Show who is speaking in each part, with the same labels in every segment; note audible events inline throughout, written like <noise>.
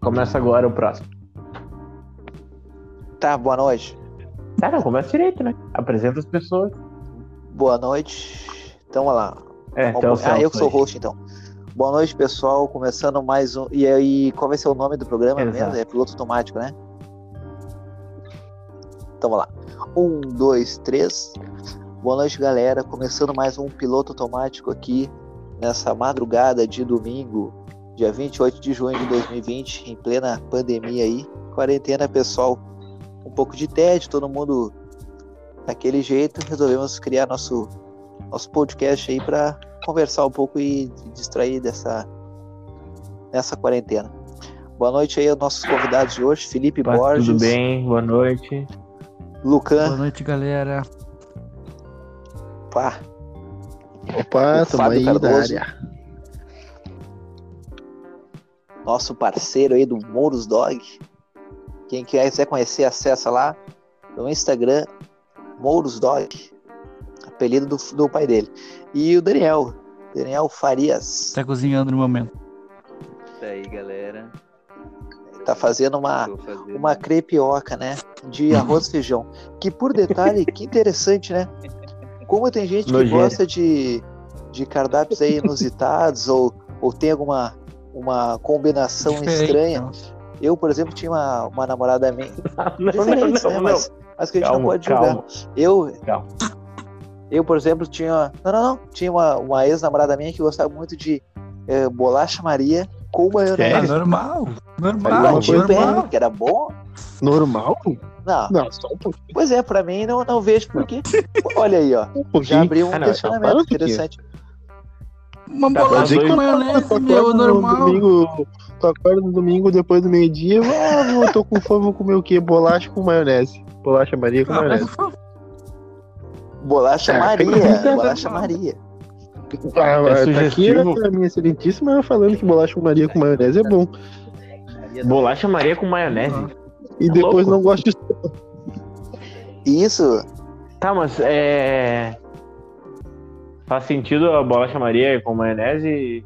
Speaker 1: Começa agora o próximo.
Speaker 2: Tá, boa noite.
Speaker 1: Tá, não, começa direito, né? Apresenta as pessoas.
Speaker 2: Boa noite. Então, olha lá.
Speaker 1: É,
Speaker 2: Bom,
Speaker 1: até o
Speaker 2: ah,
Speaker 1: Celso
Speaker 2: eu que sou o
Speaker 1: aí.
Speaker 2: host, então. Boa noite, pessoal. Começando mais um. E aí, qual vai ser o nome do programa
Speaker 1: Exato.
Speaker 2: mesmo? É piloto automático, né? Então vamos lá. Um, dois, três. Boa noite, galera. Começando mais um piloto automático aqui nessa madrugada de domingo, dia 28 de junho de 2020, em plena pandemia aí. Quarentena, pessoal. Um pouco de tédio, todo mundo daquele jeito. Resolvemos criar nosso, nosso podcast aí pra conversar um pouco e distrair dessa nessa quarentena. Boa noite aí aos nossos convidados de hoje, Felipe
Speaker 1: Pá,
Speaker 2: Borges,
Speaker 1: Tudo bem, boa noite. <laughs>
Speaker 2: Lucan,
Speaker 3: Boa noite, galera.
Speaker 2: pá,
Speaker 4: Opa,
Speaker 2: O
Speaker 4: tamo
Speaker 2: Fábio
Speaker 4: aí na
Speaker 2: Cardoso.
Speaker 4: área.
Speaker 2: nosso parceiro aí do Mouros Dog. Quem quiser conhecer, acessa lá no Instagram, Mouros Dog, apelido do, do pai dele. E o Daniel, Daniel Farias,
Speaker 3: Tá cozinhando no momento.
Speaker 5: Tá aí, galera.
Speaker 2: tá fazendo uma
Speaker 5: Tô fazendo-
Speaker 2: uma crepioca, né?
Speaker 1: Uhum.
Speaker 2: De arroz e feijão. Que por detalhe, que interessante, né? Como tem gente que
Speaker 1: Nojeira.
Speaker 2: gosta de, de cardápios aí inusitados ou, ou tem alguma uma combinação
Speaker 3: Diferente,
Speaker 2: estranha.
Speaker 3: não.
Speaker 2: Eu, por exemplo, tinha uma, uma namorada minha.
Speaker 1: Não,
Speaker 2: Diferente, né? Mas, mas que a gente não
Speaker 1: Calma,
Speaker 2: pode julgar.
Speaker 1: calma.
Speaker 2: Eu.
Speaker 1: Calma.
Speaker 2: Eu, por exemplo, tinha. Não, não, não. Tinha uma, uma ex-namorada minha que gostava muito de eh, bolacha Maria com
Speaker 3: Ah,
Speaker 2: maionese.
Speaker 3: normal. Normal,
Speaker 4: Não,
Speaker 2: Batia o
Speaker 4: foi
Speaker 2: pé,
Speaker 3: normal.
Speaker 2: que era bom.
Speaker 4: Normal?
Speaker 2: Não,
Speaker 4: Não, só um pouquinho.
Speaker 2: Pois é, pra mim não, não vejo porque. Olha aí, ó.
Speaker 4: Um pouquinho.
Speaker 2: Já abriu um
Speaker 1: Ah, não,
Speaker 2: questionamento
Speaker 4: para um
Speaker 2: interessante.
Speaker 3: Uma
Speaker 1: Tá, mas
Speaker 3: bolacha
Speaker 1: aí
Speaker 3: com
Speaker 1: tu
Speaker 3: maionese,
Speaker 4: Tu
Speaker 3: meu,
Speaker 4: acorda no
Speaker 3: normal.
Speaker 4: domingo, tu acorda no domingo depois do meio-dia, ah, eu tô com fome, vou comer o quê? Bolacha com maionese. Bolacha Maria com
Speaker 3: Ah, mas
Speaker 4: maionese.
Speaker 3: eu falo,
Speaker 2: Bolacha
Speaker 4: É, <laughs>
Speaker 2: Maria.
Speaker 4: tem-
Speaker 2: Bolacha Maria.
Speaker 4: Ah, mas tá aqui
Speaker 1: sugestivo.
Speaker 4: a minha excelentíssima falando que bolacha com Maria com maionese é bom.
Speaker 1: Bolacha Maria com maionese.
Speaker 4: E
Speaker 1: Tá
Speaker 4: depois
Speaker 1: louco?
Speaker 4: não gosta de
Speaker 2: Isso,
Speaker 1: Tá, mas é. Faz sentido a bolacha Maria com maionese?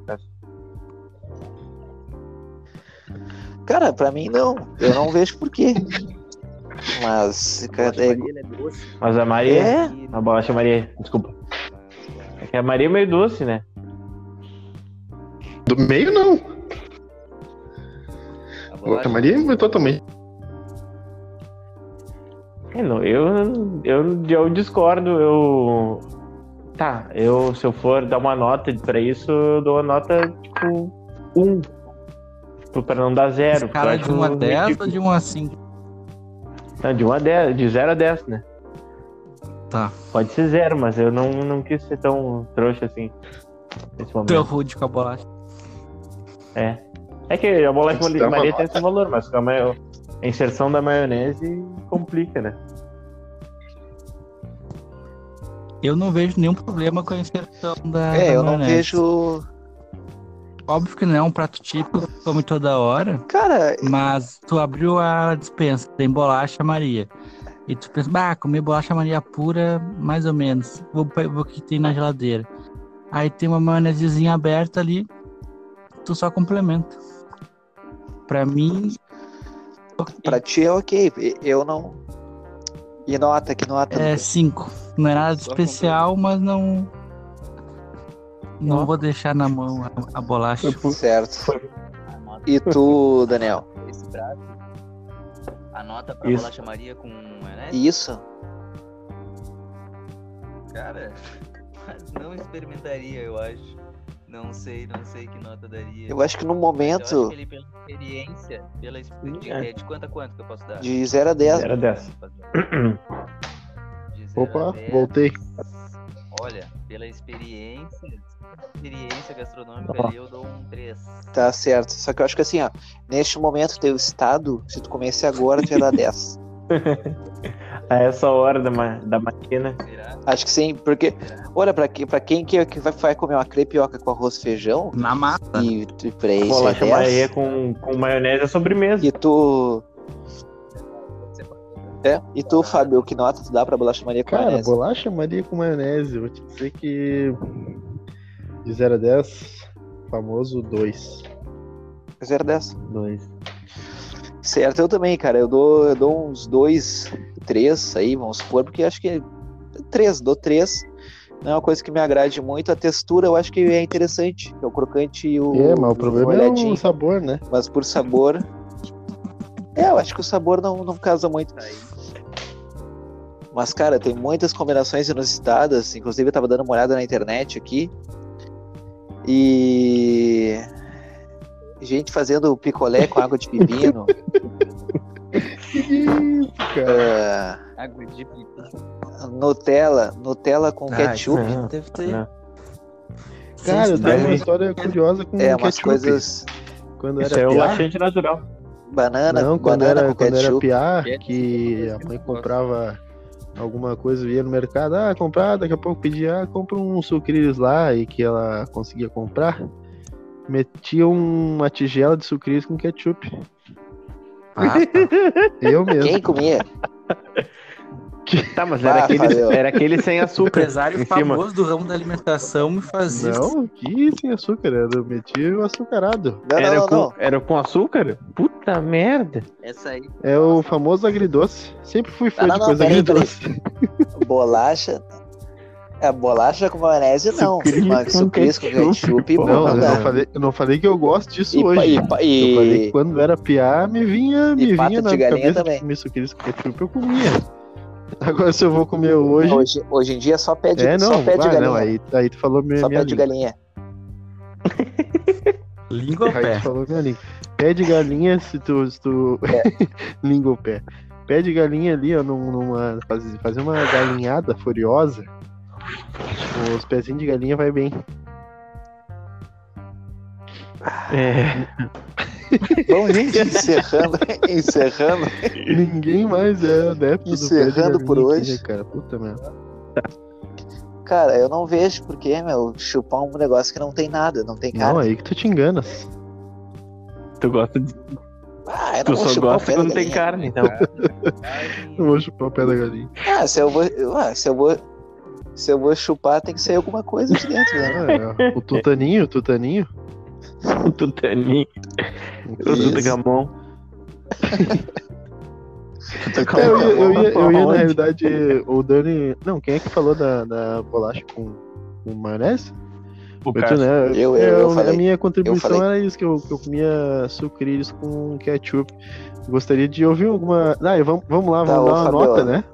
Speaker 2: cara, pra mim não. Eu não vejo porquê. Mas, cara,
Speaker 5: Bolacha né?
Speaker 2: é,
Speaker 5: Maria, ela é doce.
Speaker 1: Mas a Maria.
Speaker 2: é,
Speaker 1: A bolacha Maria, desculpa. É que a Maria é meio doce, né?
Speaker 4: Do meio, não.
Speaker 5: A
Speaker 4: Bolacha Maria é totalmente.
Speaker 1: É, não, eu, eu, eu discordo, eu. Tá, eu se eu for dar uma nota pra isso, eu dou uma nota tipo 1. Um. Tipo, pra não dar zero. porque eu
Speaker 3: Cara, é
Speaker 1: acho
Speaker 3: de 1 a 10 ou
Speaker 1: ridículo.
Speaker 3: de assim, 1 a 5?
Speaker 1: Não, de 1 a 10, de 0 a 10, né?
Speaker 3: Tá.
Speaker 1: Pode ser zero, mas eu não, não quis ser tão trouxa assim. Nesse momento.
Speaker 4: Então,
Speaker 3: Teu rude com a bolacha.
Speaker 1: É que a bolacha
Speaker 4: Tem que dar uma
Speaker 1: Maria tem
Speaker 4: nota.
Speaker 1: esse valor, mas com a, maio- a inserção da maionese complica, né?
Speaker 3: Eu não vejo nenhum problema com a inserção da.
Speaker 2: é,
Speaker 3: da
Speaker 2: eu não
Speaker 3: maionese.
Speaker 2: vejo.
Speaker 3: Óbvio que não é um prato típico, que come toda hora,
Speaker 2: Cara,
Speaker 3: mas tu abriu a dispensa, tem bolacha Maria. E tu pensa, bah, comer bolacha Maria pura, mais ou menos. Vou pegar o que tem na geladeira. Aí tem uma maionesezinha aberta ali, tu só complementa. Pra mim. ok.
Speaker 2: pra ti é ok. e- Eu não. E nota, que nota.
Speaker 3: É 5. Não é nada de
Speaker 5: Só
Speaker 3: especial, mas não. Não vou deixar na mão a, a bolacha.
Speaker 2: Certo. E tu, Daniel?
Speaker 5: Esse prato. A nota pra
Speaker 1: Isso.
Speaker 5: bolacha Maria com um maionese?
Speaker 2: Isso?
Speaker 5: Cara, <laughs> mas não experimentaria, eu acho. Não sei, não sei que nota daria.
Speaker 2: Eu acho que no
Speaker 5: Mas eu acho
Speaker 2: momento
Speaker 5: que ele, pela experiência, pela experiência, de, é, de quanto a quanto que eu posso dar? um-
Speaker 2: de 0 a 10.
Speaker 1: 0 a 10.
Speaker 5: De zero a
Speaker 4: Opa,
Speaker 5: dez.
Speaker 4: voltei.
Speaker 5: Olha, pela experiência, experiência gastronômica ali, eu dou um 3.
Speaker 2: Tá certo. Só que eu acho que assim, ó, neste momento teu estado, se tu comece agora, tu ia dar 10.
Speaker 1: A essa hora da, ma- da matina.
Speaker 5: Será?
Speaker 2: Acho que sim, porque, olha, pra, que, pra quem que, que vai, vai comer uma crepioca com arroz e feijão,
Speaker 3: Na
Speaker 2: <laughs>
Speaker 3: massa.
Speaker 2: e tu pra isso é
Speaker 1: Bolacha
Speaker 2: 10,
Speaker 1: Maria com, com maionese é sobremesa.
Speaker 2: e tu.
Speaker 5: Pode ser bacana.
Speaker 2: É, e tu, Fábio, que nota tu dá pra bolacha Maria com
Speaker 4: Cara,
Speaker 2: maionese?
Speaker 4: bolacha Maria com maionese, vou te dizer que de 0 a 10, famoso 2.
Speaker 2: 0 a 10.
Speaker 1: Dois.
Speaker 2: Certo, eu também, cara. Eu dou, eu dou uns dois, três aí, vamos supor, porque acho que três, dou três. Não é uma coisa que me agrade muito. A textura eu acho que é interessante. que É o crocante e o.
Speaker 4: É, mas o problema é
Speaker 2: molhadinho.
Speaker 4: o sabor, né?
Speaker 2: Mas por sabor. É, eu acho que o sabor não, não casa muito. Mas, cara, tem muitas combinações inusitadas. Inclusive, eu tava dando uma olhada na internet aqui. E. Gente fazendo picolé com água de
Speaker 4: <laughs>
Speaker 2: pepino.
Speaker 4: Isso, cara.
Speaker 2: ah,
Speaker 5: Água de pipa.
Speaker 2: Nutella. Nutella com
Speaker 3: Ah,
Speaker 2: ketchup.
Speaker 1: isso é-
Speaker 3: Deve ter.
Speaker 1: né?
Speaker 4: Cara, eu
Speaker 3: Sim,
Speaker 4: tenho
Speaker 1: né?
Speaker 4: uma história curiosa com
Speaker 2: É, umas
Speaker 4: ketchup.
Speaker 2: coisas.
Speaker 4: Quando
Speaker 1: Isso é
Speaker 4: era
Speaker 1: o
Speaker 4: piá,
Speaker 1: laxante natural.
Speaker 2: Banana,
Speaker 4: não, quando
Speaker 2: banana
Speaker 4: era,
Speaker 2: com
Speaker 4: quando era
Speaker 2: ketchup.
Speaker 4: piá,
Speaker 5: Ketchup,
Speaker 4: que
Speaker 5: essas
Speaker 4: a
Speaker 5: coisas
Speaker 4: mãe
Speaker 5: que eu
Speaker 4: comprava alguma coisa, ia no mercado, ah, comprar, daqui a pouco pedia, ah, compra um sucrilhos lá, e que ela conseguia comprar, metia uma tigela de sucrilhos com ketchup. Eu
Speaker 2: <laughs>
Speaker 4: mesmo.
Speaker 2: Quem comia?
Speaker 1: Tá, mas era,
Speaker 2: Ah,
Speaker 1: aquele,
Speaker 2: valeu.
Speaker 1: era aquele sem açúcar.
Speaker 3: empresário
Speaker 1: Em cima.
Speaker 3: famoso do ramo da alimentação me faz isso.
Speaker 4: Não, que sem açúcar, eu metia o açucarado.
Speaker 2: Não,
Speaker 1: Era
Speaker 2: não, não, não.
Speaker 1: com, era com açúcar? Puta merda.
Speaker 5: Essa aí.
Speaker 4: É o famoso agridoce. Sempre fui fã
Speaker 2: Ah, não,
Speaker 4: de
Speaker 2: não,
Speaker 4: coisa
Speaker 2: peraí,
Speaker 4: agridoce.
Speaker 2: Bolacha. É, bolacha com maionese não.
Speaker 1: Sucrilhos
Speaker 2: Mas
Speaker 1: com
Speaker 2: sucris com
Speaker 1: ketchup,
Speaker 2: ketchup,
Speaker 1: pô.
Speaker 4: Não,
Speaker 2: não,
Speaker 4: eu
Speaker 2: dá.
Speaker 4: não falei, eu não falei que eu gosto disso
Speaker 2: E, pa-
Speaker 4: hoje.
Speaker 2: e, pa-
Speaker 4: Eu falei que
Speaker 2: e,
Speaker 4: quando era piá, me vinha, me
Speaker 2: pata
Speaker 4: vinha
Speaker 2: de
Speaker 4: na
Speaker 2: galinha
Speaker 4: cabeça
Speaker 2: também.
Speaker 4: de comer sucrilhos com ketchup, eu comia. <laughs> Agora se eu vou comer hoje...
Speaker 2: hoje... Hoje, em dia só pede,
Speaker 4: é, não,
Speaker 2: só pede
Speaker 4: ah,
Speaker 2: galinha.
Speaker 4: não aí, aí tu falou minha,
Speaker 2: só
Speaker 4: minha
Speaker 2: pede
Speaker 4: língua.
Speaker 2: galinha.
Speaker 3: Língua ou
Speaker 4: Aí
Speaker 3: pé.
Speaker 4: tu falou minha língua. Pé de galinha se tu... Se tu... <laughs> língua ou pé. Pé de galinha ali, ó, num- numa... faz- Fazer uma galinhada furiosa, Tipo, os pezinhos de galinha vai bem. <laughs>
Speaker 1: É,
Speaker 2: Bom,
Speaker 4: <laughs>
Speaker 2: gente, encerrando, encerrando.
Speaker 4: Ninguém mais é adepto do pé de
Speaker 2: Encerrando por
Speaker 4: galinha
Speaker 2: hoje.
Speaker 4: Aqui, né, cara? Puta merda.
Speaker 2: Cara, eu não vejo porque, meu, chupar um negócio que não tem nada, não tem
Speaker 4: Não, é
Speaker 2: cara.
Speaker 4: aí que tu te enganas.
Speaker 1: tu gosta de,
Speaker 2: Ah, eu não
Speaker 1: tu
Speaker 2: vou
Speaker 1: só
Speaker 2: chupar o
Speaker 1: gosta
Speaker 2: pé da
Speaker 1: quando tem
Speaker 2: galinha.
Speaker 1: carne, então.
Speaker 4: Eu
Speaker 5: um-
Speaker 4: vou chupar o pé da galinha.
Speaker 2: Ah, se eu vou, ah, se eu vou, se eu vou chupar, tem que sair alguma coisa de dentro,
Speaker 4: <laughs>
Speaker 2: né?
Speaker 4: Ah, é. o tutaninho, o tutaninho.
Speaker 1: <laughs> O Tutani, o
Speaker 2: Isso.
Speaker 1: Tutagamon.
Speaker 4: É, eu, ia, eu, ia, eu ia, na
Speaker 1: Aonde?
Speaker 4: realidade, o Dani. Não, quem é que falou da, da bolacha com, com maionese?
Speaker 1: O
Speaker 4: Foi tu,
Speaker 1: cara-
Speaker 4: né?
Speaker 2: Eu- eu- eu
Speaker 4: a
Speaker 2: falei.
Speaker 4: minha contribuição
Speaker 2: falei.
Speaker 4: era isso, que eu, que eu comia sucrilhos com ketchup. Gostaria de ouvir alguma. Ah, e vamos, vamos lá,
Speaker 2: Tá,
Speaker 4: vamos
Speaker 2: ô,
Speaker 4: dar uma
Speaker 2: Fabiola.
Speaker 4: nota, né?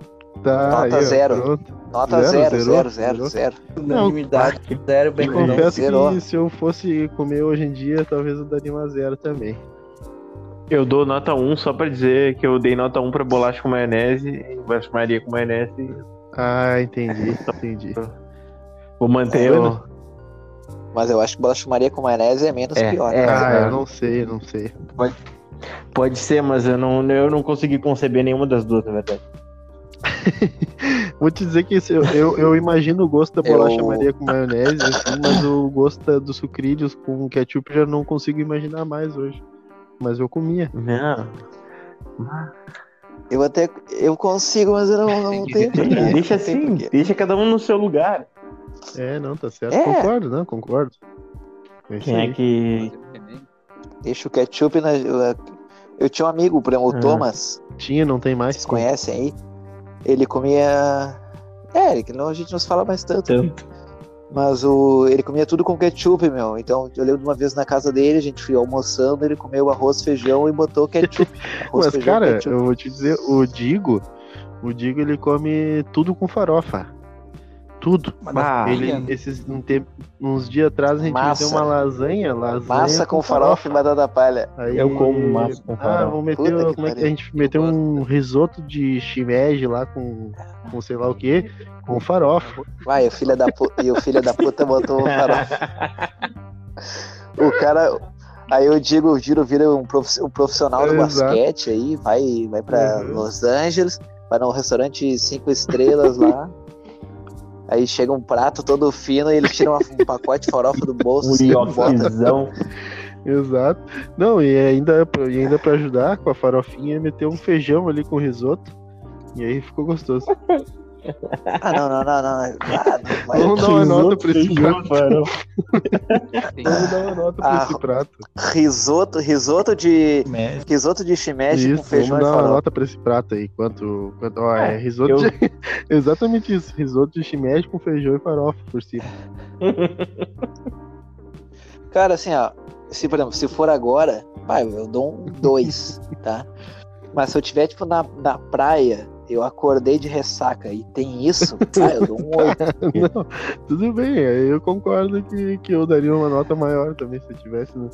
Speaker 4: Tá,
Speaker 2: Nota
Speaker 4: ó,
Speaker 2: zero.
Speaker 4: pronto.
Speaker 2: Nota
Speaker 4: Zero,
Speaker 2: zero,
Speaker 4: zerou?
Speaker 2: zero, zero,
Speaker 4: Zerou?
Speaker 2: zero.
Speaker 3: Unanimidade, zero bem
Speaker 4: Eu
Speaker 1: Não,
Speaker 3: comum.
Speaker 4: confesso
Speaker 2: zerou.
Speaker 4: que se eu fosse comer hoje em dia, talvez eu daria uma zero também.
Speaker 1: Eu dou nota 1 só pra dizer que eu dei nota 1 pra bolacha com maionese, e bolacha Maria com maionese.
Speaker 4: Ah,
Speaker 2: <laughs>
Speaker 4: entendi, entendi.
Speaker 1: Vou manter
Speaker 4: Tá
Speaker 1: o.
Speaker 2: Mas eu acho que bolacha Maria com maionese é menos
Speaker 1: É,
Speaker 2: pior. né?
Speaker 1: é.
Speaker 4: Ah,
Speaker 1: cara.
Speaker 4: eu não sei, eu não sei.
Speaker 1: Pode ser, mas eu não, eu não consegui conceber nenhuma das duas, na verdade.
Speaker 4: Vou te dizer que esse- eu, eu, eu imagino o gosto da bolacha
Speaker 2: Eu-
Speaker 4: Maria com maionese, assim, mas o gosto da- dos sucrilhos com ketchup eu já não consigo imaginar mais hoje. Mas eu comia.
Speaker 1: Não.
Speaker 2: Eu até, eu consigo, mas eu não, não tenho. porquê,
Speaker 1: Deixa
Speaker 2: não tem
Speaker 1: assim,
Speaker 2: porquê.
Speaker 1: deixa cada um no seu lugar.
Speaker 4: É, não, tá certo.
Speaker 2: É.
Speaker 4: Concordo, não, concordo. É isso
Speaker 1: Quem é
Speaker 4: aí.
Speaker 1: que.
Speaker 2: Deixa o ketchup na. Eu, eu tinha um amigo, o
Speaker 1: Ah.
Speaker 2: Thomas,
Speaker 4: Tinha, não tem mais.
Speaker 2: vocês conhecem aí? Ele comia. É, ele, que não, a gente não se fala mais tanto.
Speaker 1: Tanto.
Speaker 2: Mas o, ele comia tudo com ketchup, meu. Então eu lembro de uma vez na casa dele, a gente foi almoçando, ele comeu arroz, feijão e
Speaker 1: <laughs>
Speaker 2: botou ketchup. Arroz,
Speaker 4: Mas,
Speaker 2: feijão,
Speaker 4: cara,
Speaker 2: ketchup.
Speaker 4: eu vou te dizer, o Digo, o Digo ele come tudo com farofa. Tudo.
Speaker 3: Mas
Speaker 1: Ah,
Speaker 4: Ele,
Speaker 3: Olha.
Speaker 4: esses, um tempo- uns dias atrás a gente
Speaker 2: né? Massa.
Speaker 4: deu uma lasanha, lasanha
Speaker 2: Massa com farofa e batata palha.
Speaker 4: Aí-
Speaker 1: Eu como massa com
Speaker 4: Ah,
Speaker 1: farofa.
Speaker 4: vamos meter.
Speaker 2: Puta que
Speaker 4: como é que
Speaker 2: pariu. né?
Speaker 4: a gente meteu um risoto de shimeji lá com, com sei lá o que, com farofa.
Speaker 2: Vai, o filho da puta, e o filho da puta botou um
Speaker 4: <laughs>
Speaker 2: farofa. O cara. Aí eu digo, o Giro vira um profi- um profissional do
Speaker 4: Exato.
Speaker 2: basquete aí, vai, vai pra
Speaker 4: Uhum.
Speaker 2: Los Angeles, vai num restaurante cinco estrelas lá. Aí chega um prato todo fino e ele tira uma- um pacote de farofa do bolso,
Speaker 1: Um
Speaker 2: assim, bota.
Speaker 1: lioquizão.
Speaker 4: Exato. Não, e ainda, pra- e ainda
Speaker 2: <laughs>
Speaker 4: pra ajudar com a farofinha, meteu um feijão ali com risoto. E aí ficou gostoso.
Speaker 2: Ah, não, não, não, não. Ah, não vai.
Speaker 4: Vamos dar uma nota pra esse prato.
Speaker 1: Risoto,
Speaker 4: Vamos dar uma nota pra
Speaker 2: Ah,
Speaker 4: esse prato.
Speaker 2: Risoto, risoto de.
Speaker 3: Mas
Speaker 2: Risoto de shimeji
Speaker 4: Isso,
Speaker 2: com feijão
Speaker 4: vamos
Speaker 2: e
Speaker 4: dar uma
Speaker 2: farofa.
Speaker 4: nota pra esse prato aí. Quanto. quanto ó, é,
Speaker 1: É,
Speaker 4: risoto
Speaker 1: eu-
Speaker 4: de- <laughs> Exatamente isso. Risoto de shimeji com feijão e farofa por cima.
Speaker 2: Cara, assim, ó. Se, por exemplo, se for agora, vai, eu dou
Speaker 4: <laughs>
Speaker 2: um dois, tá? Mas se eu tiver, tipo, na, na praia, eu acordei de ressaca e tem isso, ah, eu dou um
Speaker 4: <laughs>
Speaker 2: oito.
Speaker 4: Não, tudo bem. Eu concordo que, que eu daria uma nota maior também se eu tivesse. no-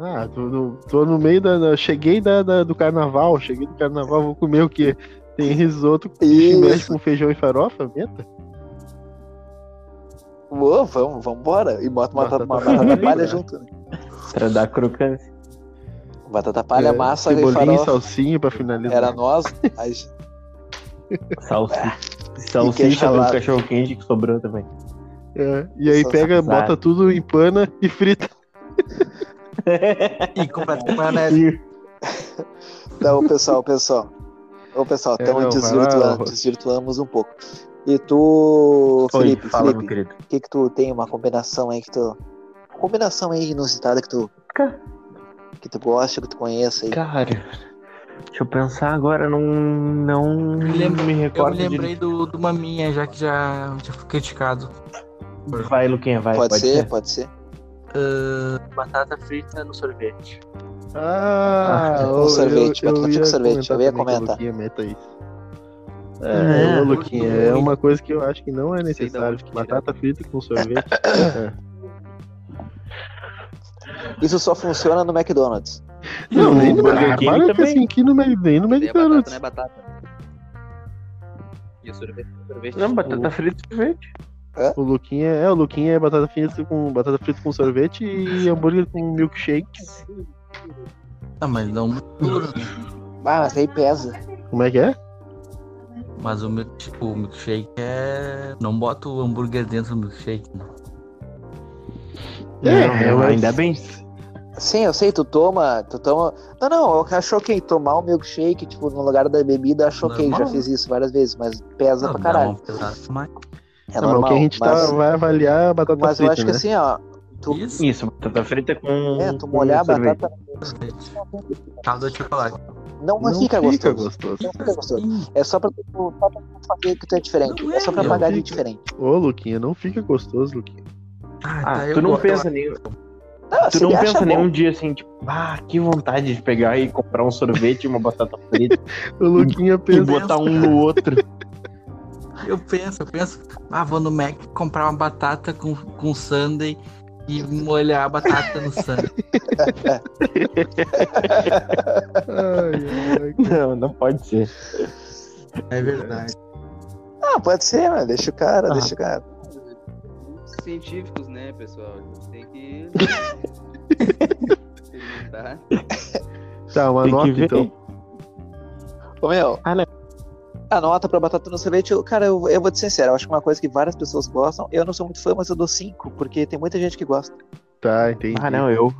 Speaker 4: Ah, tô no, tô no meio da. da- cheguei da, da- do carnaval, cheguei do carnaval, vou comer o quê? Tem risoto de shimeji
Speaker 2: Isso.
Speaker 4: com feijão e farofa? Meta?
Speaker 2: Ô, vamos, vamos embora. E bota uma,
Speaker 4: Batata
Speaker 2: batata, uma
Speaker 4: palha
Speaker 2: batata palha
Speaker 4: aí,
Speaker 2: junto. Né?
Speaker 1: Pra dar crocância.
Speaker 2: Batata palha,
Speaker 4: É,
Speaker 2: massa e
Speaker 4: Cebolinha e
Speaker 2: farofa.
Speaker 4: salsinha pra finalizar.
Speaker 2: Era nós. as-
Speaker 1: Salsicha.
Speaker 2: queijo
Speaker 1: Salsicha do
Speaker 2: ralado.
Speaker 1: cachorro quente que sobrou também.
Speaker 4: É, e aí
Speaker 2: Só
Speaker 4: pega,
Speaker 1: sacada.
Speaker 4: bota tudo em pana e frita.
Speaker 3: E completa parece.
Speaker 2: Não, pessoal, pessoal. Ô, pessoal,
Speaker 4: É,
Speaker 2: estamos
Speaker 4: não, vai lá,
Speaker 2: desvirtuando,
Speaker 4: ô.
Speaker 2: desvirtuamos um pouco. E tu,
Speaker 1: Oi,
Speaker 2: Felipe,
Speaker 1: fala, meu
Speaker 2: Felipe,
Speaker 1: querido.
Speaker 2: O que que tu tem? Uma combinação aí que tu. Combinação aí inusitada que tu.
Speaker 1: Ca-
Speaker 2: Que tu gosta, que tu conheça aí.
Speaker 1: Cara, deixa eu pensar agora, não, não me,
Speaker 3: lembro- Eu me
Speaker 1: recordo
Speaker 3: lembrei do, do Maminha, já que já, já fui criticado.
Speaker 1: de... Vai, Luquinha, vai.
Speaker 2: pode, ser, pode ser.
Speaker 3: Batata frita no sorvete.
Speaker 4: Ah,
Speaker 2: com sorvete, batata frita com sorvete, eu ia comentar.
Speaker 4: Luquinha meta isso.
Speaker 1: É,
Speaker 4: É, ô, Luquinha, é uma coisa que eu acho que não é
Speaker 5: Sei da
Speaker 4: necessário.
Speaker 5: onde que
Speaker 4: Batata frita
Speaker 2: <laughs>
Speaker 4: com sorvete. é,
Speaker 2: Isso só funciona no McDonald's.
Speaker 4: não, nem no
Speaker 1: Burger
Speaker 4: Burger
Speaker 1: King
Speaker 4: Para que
Speaker 1: também.
Speaker 4: assim, aqui no, Mac- nem no
Speaker 5: Daí a batata não
Speaker 4: McDonald's.
Speaker 5: é batata. E o sorvete, o sorvete.
Speaker 1: Não, batata frita é e sorvete.
Speaker 4: O Luquinha é, o Luquinha é batata frita com batata frita com sorvete e hambúrguer com milkshake.
Speaker 3: Ah, mas não muito duro, né?
Speaker 2: Ah, mas aí pesa.
Speaker 4: Como é que é?
Speaker 3: Mas o, milk, tipo, o milkshake é. Não bota o hambúrguer dentro do milkshake. né?
Speaker 4: É,
Speaker 1: não,
Speaker 4: eu-
Speaker 1: não, ainda bem.
Speaker 2: Sim, eu sei, tu toma. Tu toma. Não, não, eu achou que tomar o milkshake, tipo, no lugar da bebida, achou que já
Speaker 3: Normal.
Speaker 2: fiz isso várias vezes, mas pesa
Speaker 3: Não,
Speaker 2: pra
Speaker 3: dá
Speaker 2: caralho.
Speaker 3: um pedaço, mas-
Speaker 2: É
Speaker 4: Não, mas o
Speaker 2: normal.
Speaker 4: que a gente tá-
Speaker 2: mas,
Speaker 4: vai avaliar é a batata
Speaker 2: mas eu
Speaker 4: frita,
Speaker 2: acho que assim,
Speaker 4: né?
Speaker 2: ó. Tu,
Speaker 3: Isso,
Speaker 1: Isso, batata frita com.
Speaker 2: é,
Speaker 1: com
Speaker 2: tu molhar a
Speaker 1: sorvete.
Speaker 2: batata
Speaker 3: sorvete. Calda de chocolate.
Speaker 2: não,
Speaker 4: não
Speaker 2: fica gostoso.
Speaker 4: gostoso.
Speaker 2: Não fica gostoso.
Speaker 3: Sim,
Speaker 2: É só pra, tu- só pra tu fazer que tu é diferente.
Speaker 3: Não
Speaker 2: É,
Speaker 3: é,
Speaker 2: só pra
Speaker 3: meu.
Speaker 2: pagar de
Speaker 4: Fica.
Speaker 2: diferente.
Speaker 4: Ô, Luquinha, não fica gostoso, Luquinha.
Speaker 1: Ah,
Speaker 3: tá, eu
Speaker 1: tu não
Speaker 3: gosto.
Speaker 1: pensa nem,
Speaker 2: Não,
Speaker 1: tu
Speaker 2: se
Speaker 1: não
Speaker 2: ele acha
Speaker 1: pensa
Speaker 2: bom.
Speaker 1: nem um dia assim, tipo, ah, que vontade de pegar e comprar um sorvete e uma batata frita
Speaker 4: <laughs> O Luquinha
Speaker 1: e
Speaker 4: pensa.
Speaker 1: botar um no outro.
Speaker 3: Eu penso, eu penso. Ah, vou no Mac comprar uma batata com, com sundae e molhar a batata no
Speaker 2: <laughs>
Speaker 3: sundae.
Speaker 4: <laughs> Ai, ai,
Speaker 1: Não, não pode ser.
Speaker 3: É verdade.
Speaker 2: Ah, pode ser, mano. Deixa o cara,
Speaker 1: Ah.
Speaker 2: deixa o cara.
Speaker 5: científicos, né, pessoal? A gente tem que
Speaker 3: <laughs>
Speaker 5: experimentar.
Speaker 4: Tá, uma
Speaker 1: Tem que
Speaker 4: nota
Speaker 1: ver.
Speaker 4: então.
Speaker 2: Ô, meu.
Speaker 1: Ah, não.
Speaker 2: A nota pra batata no sorvete, eu- cara, eu, eu vou te ser sincero, eu acho que é uma coisa que várias pessoas gostam, eu não sou muito fã, mas eu dou cinco, porque tem muita gente que gosta.
Speaker 4: Tá, entendi.
Speaker 1: Ah, não, eu.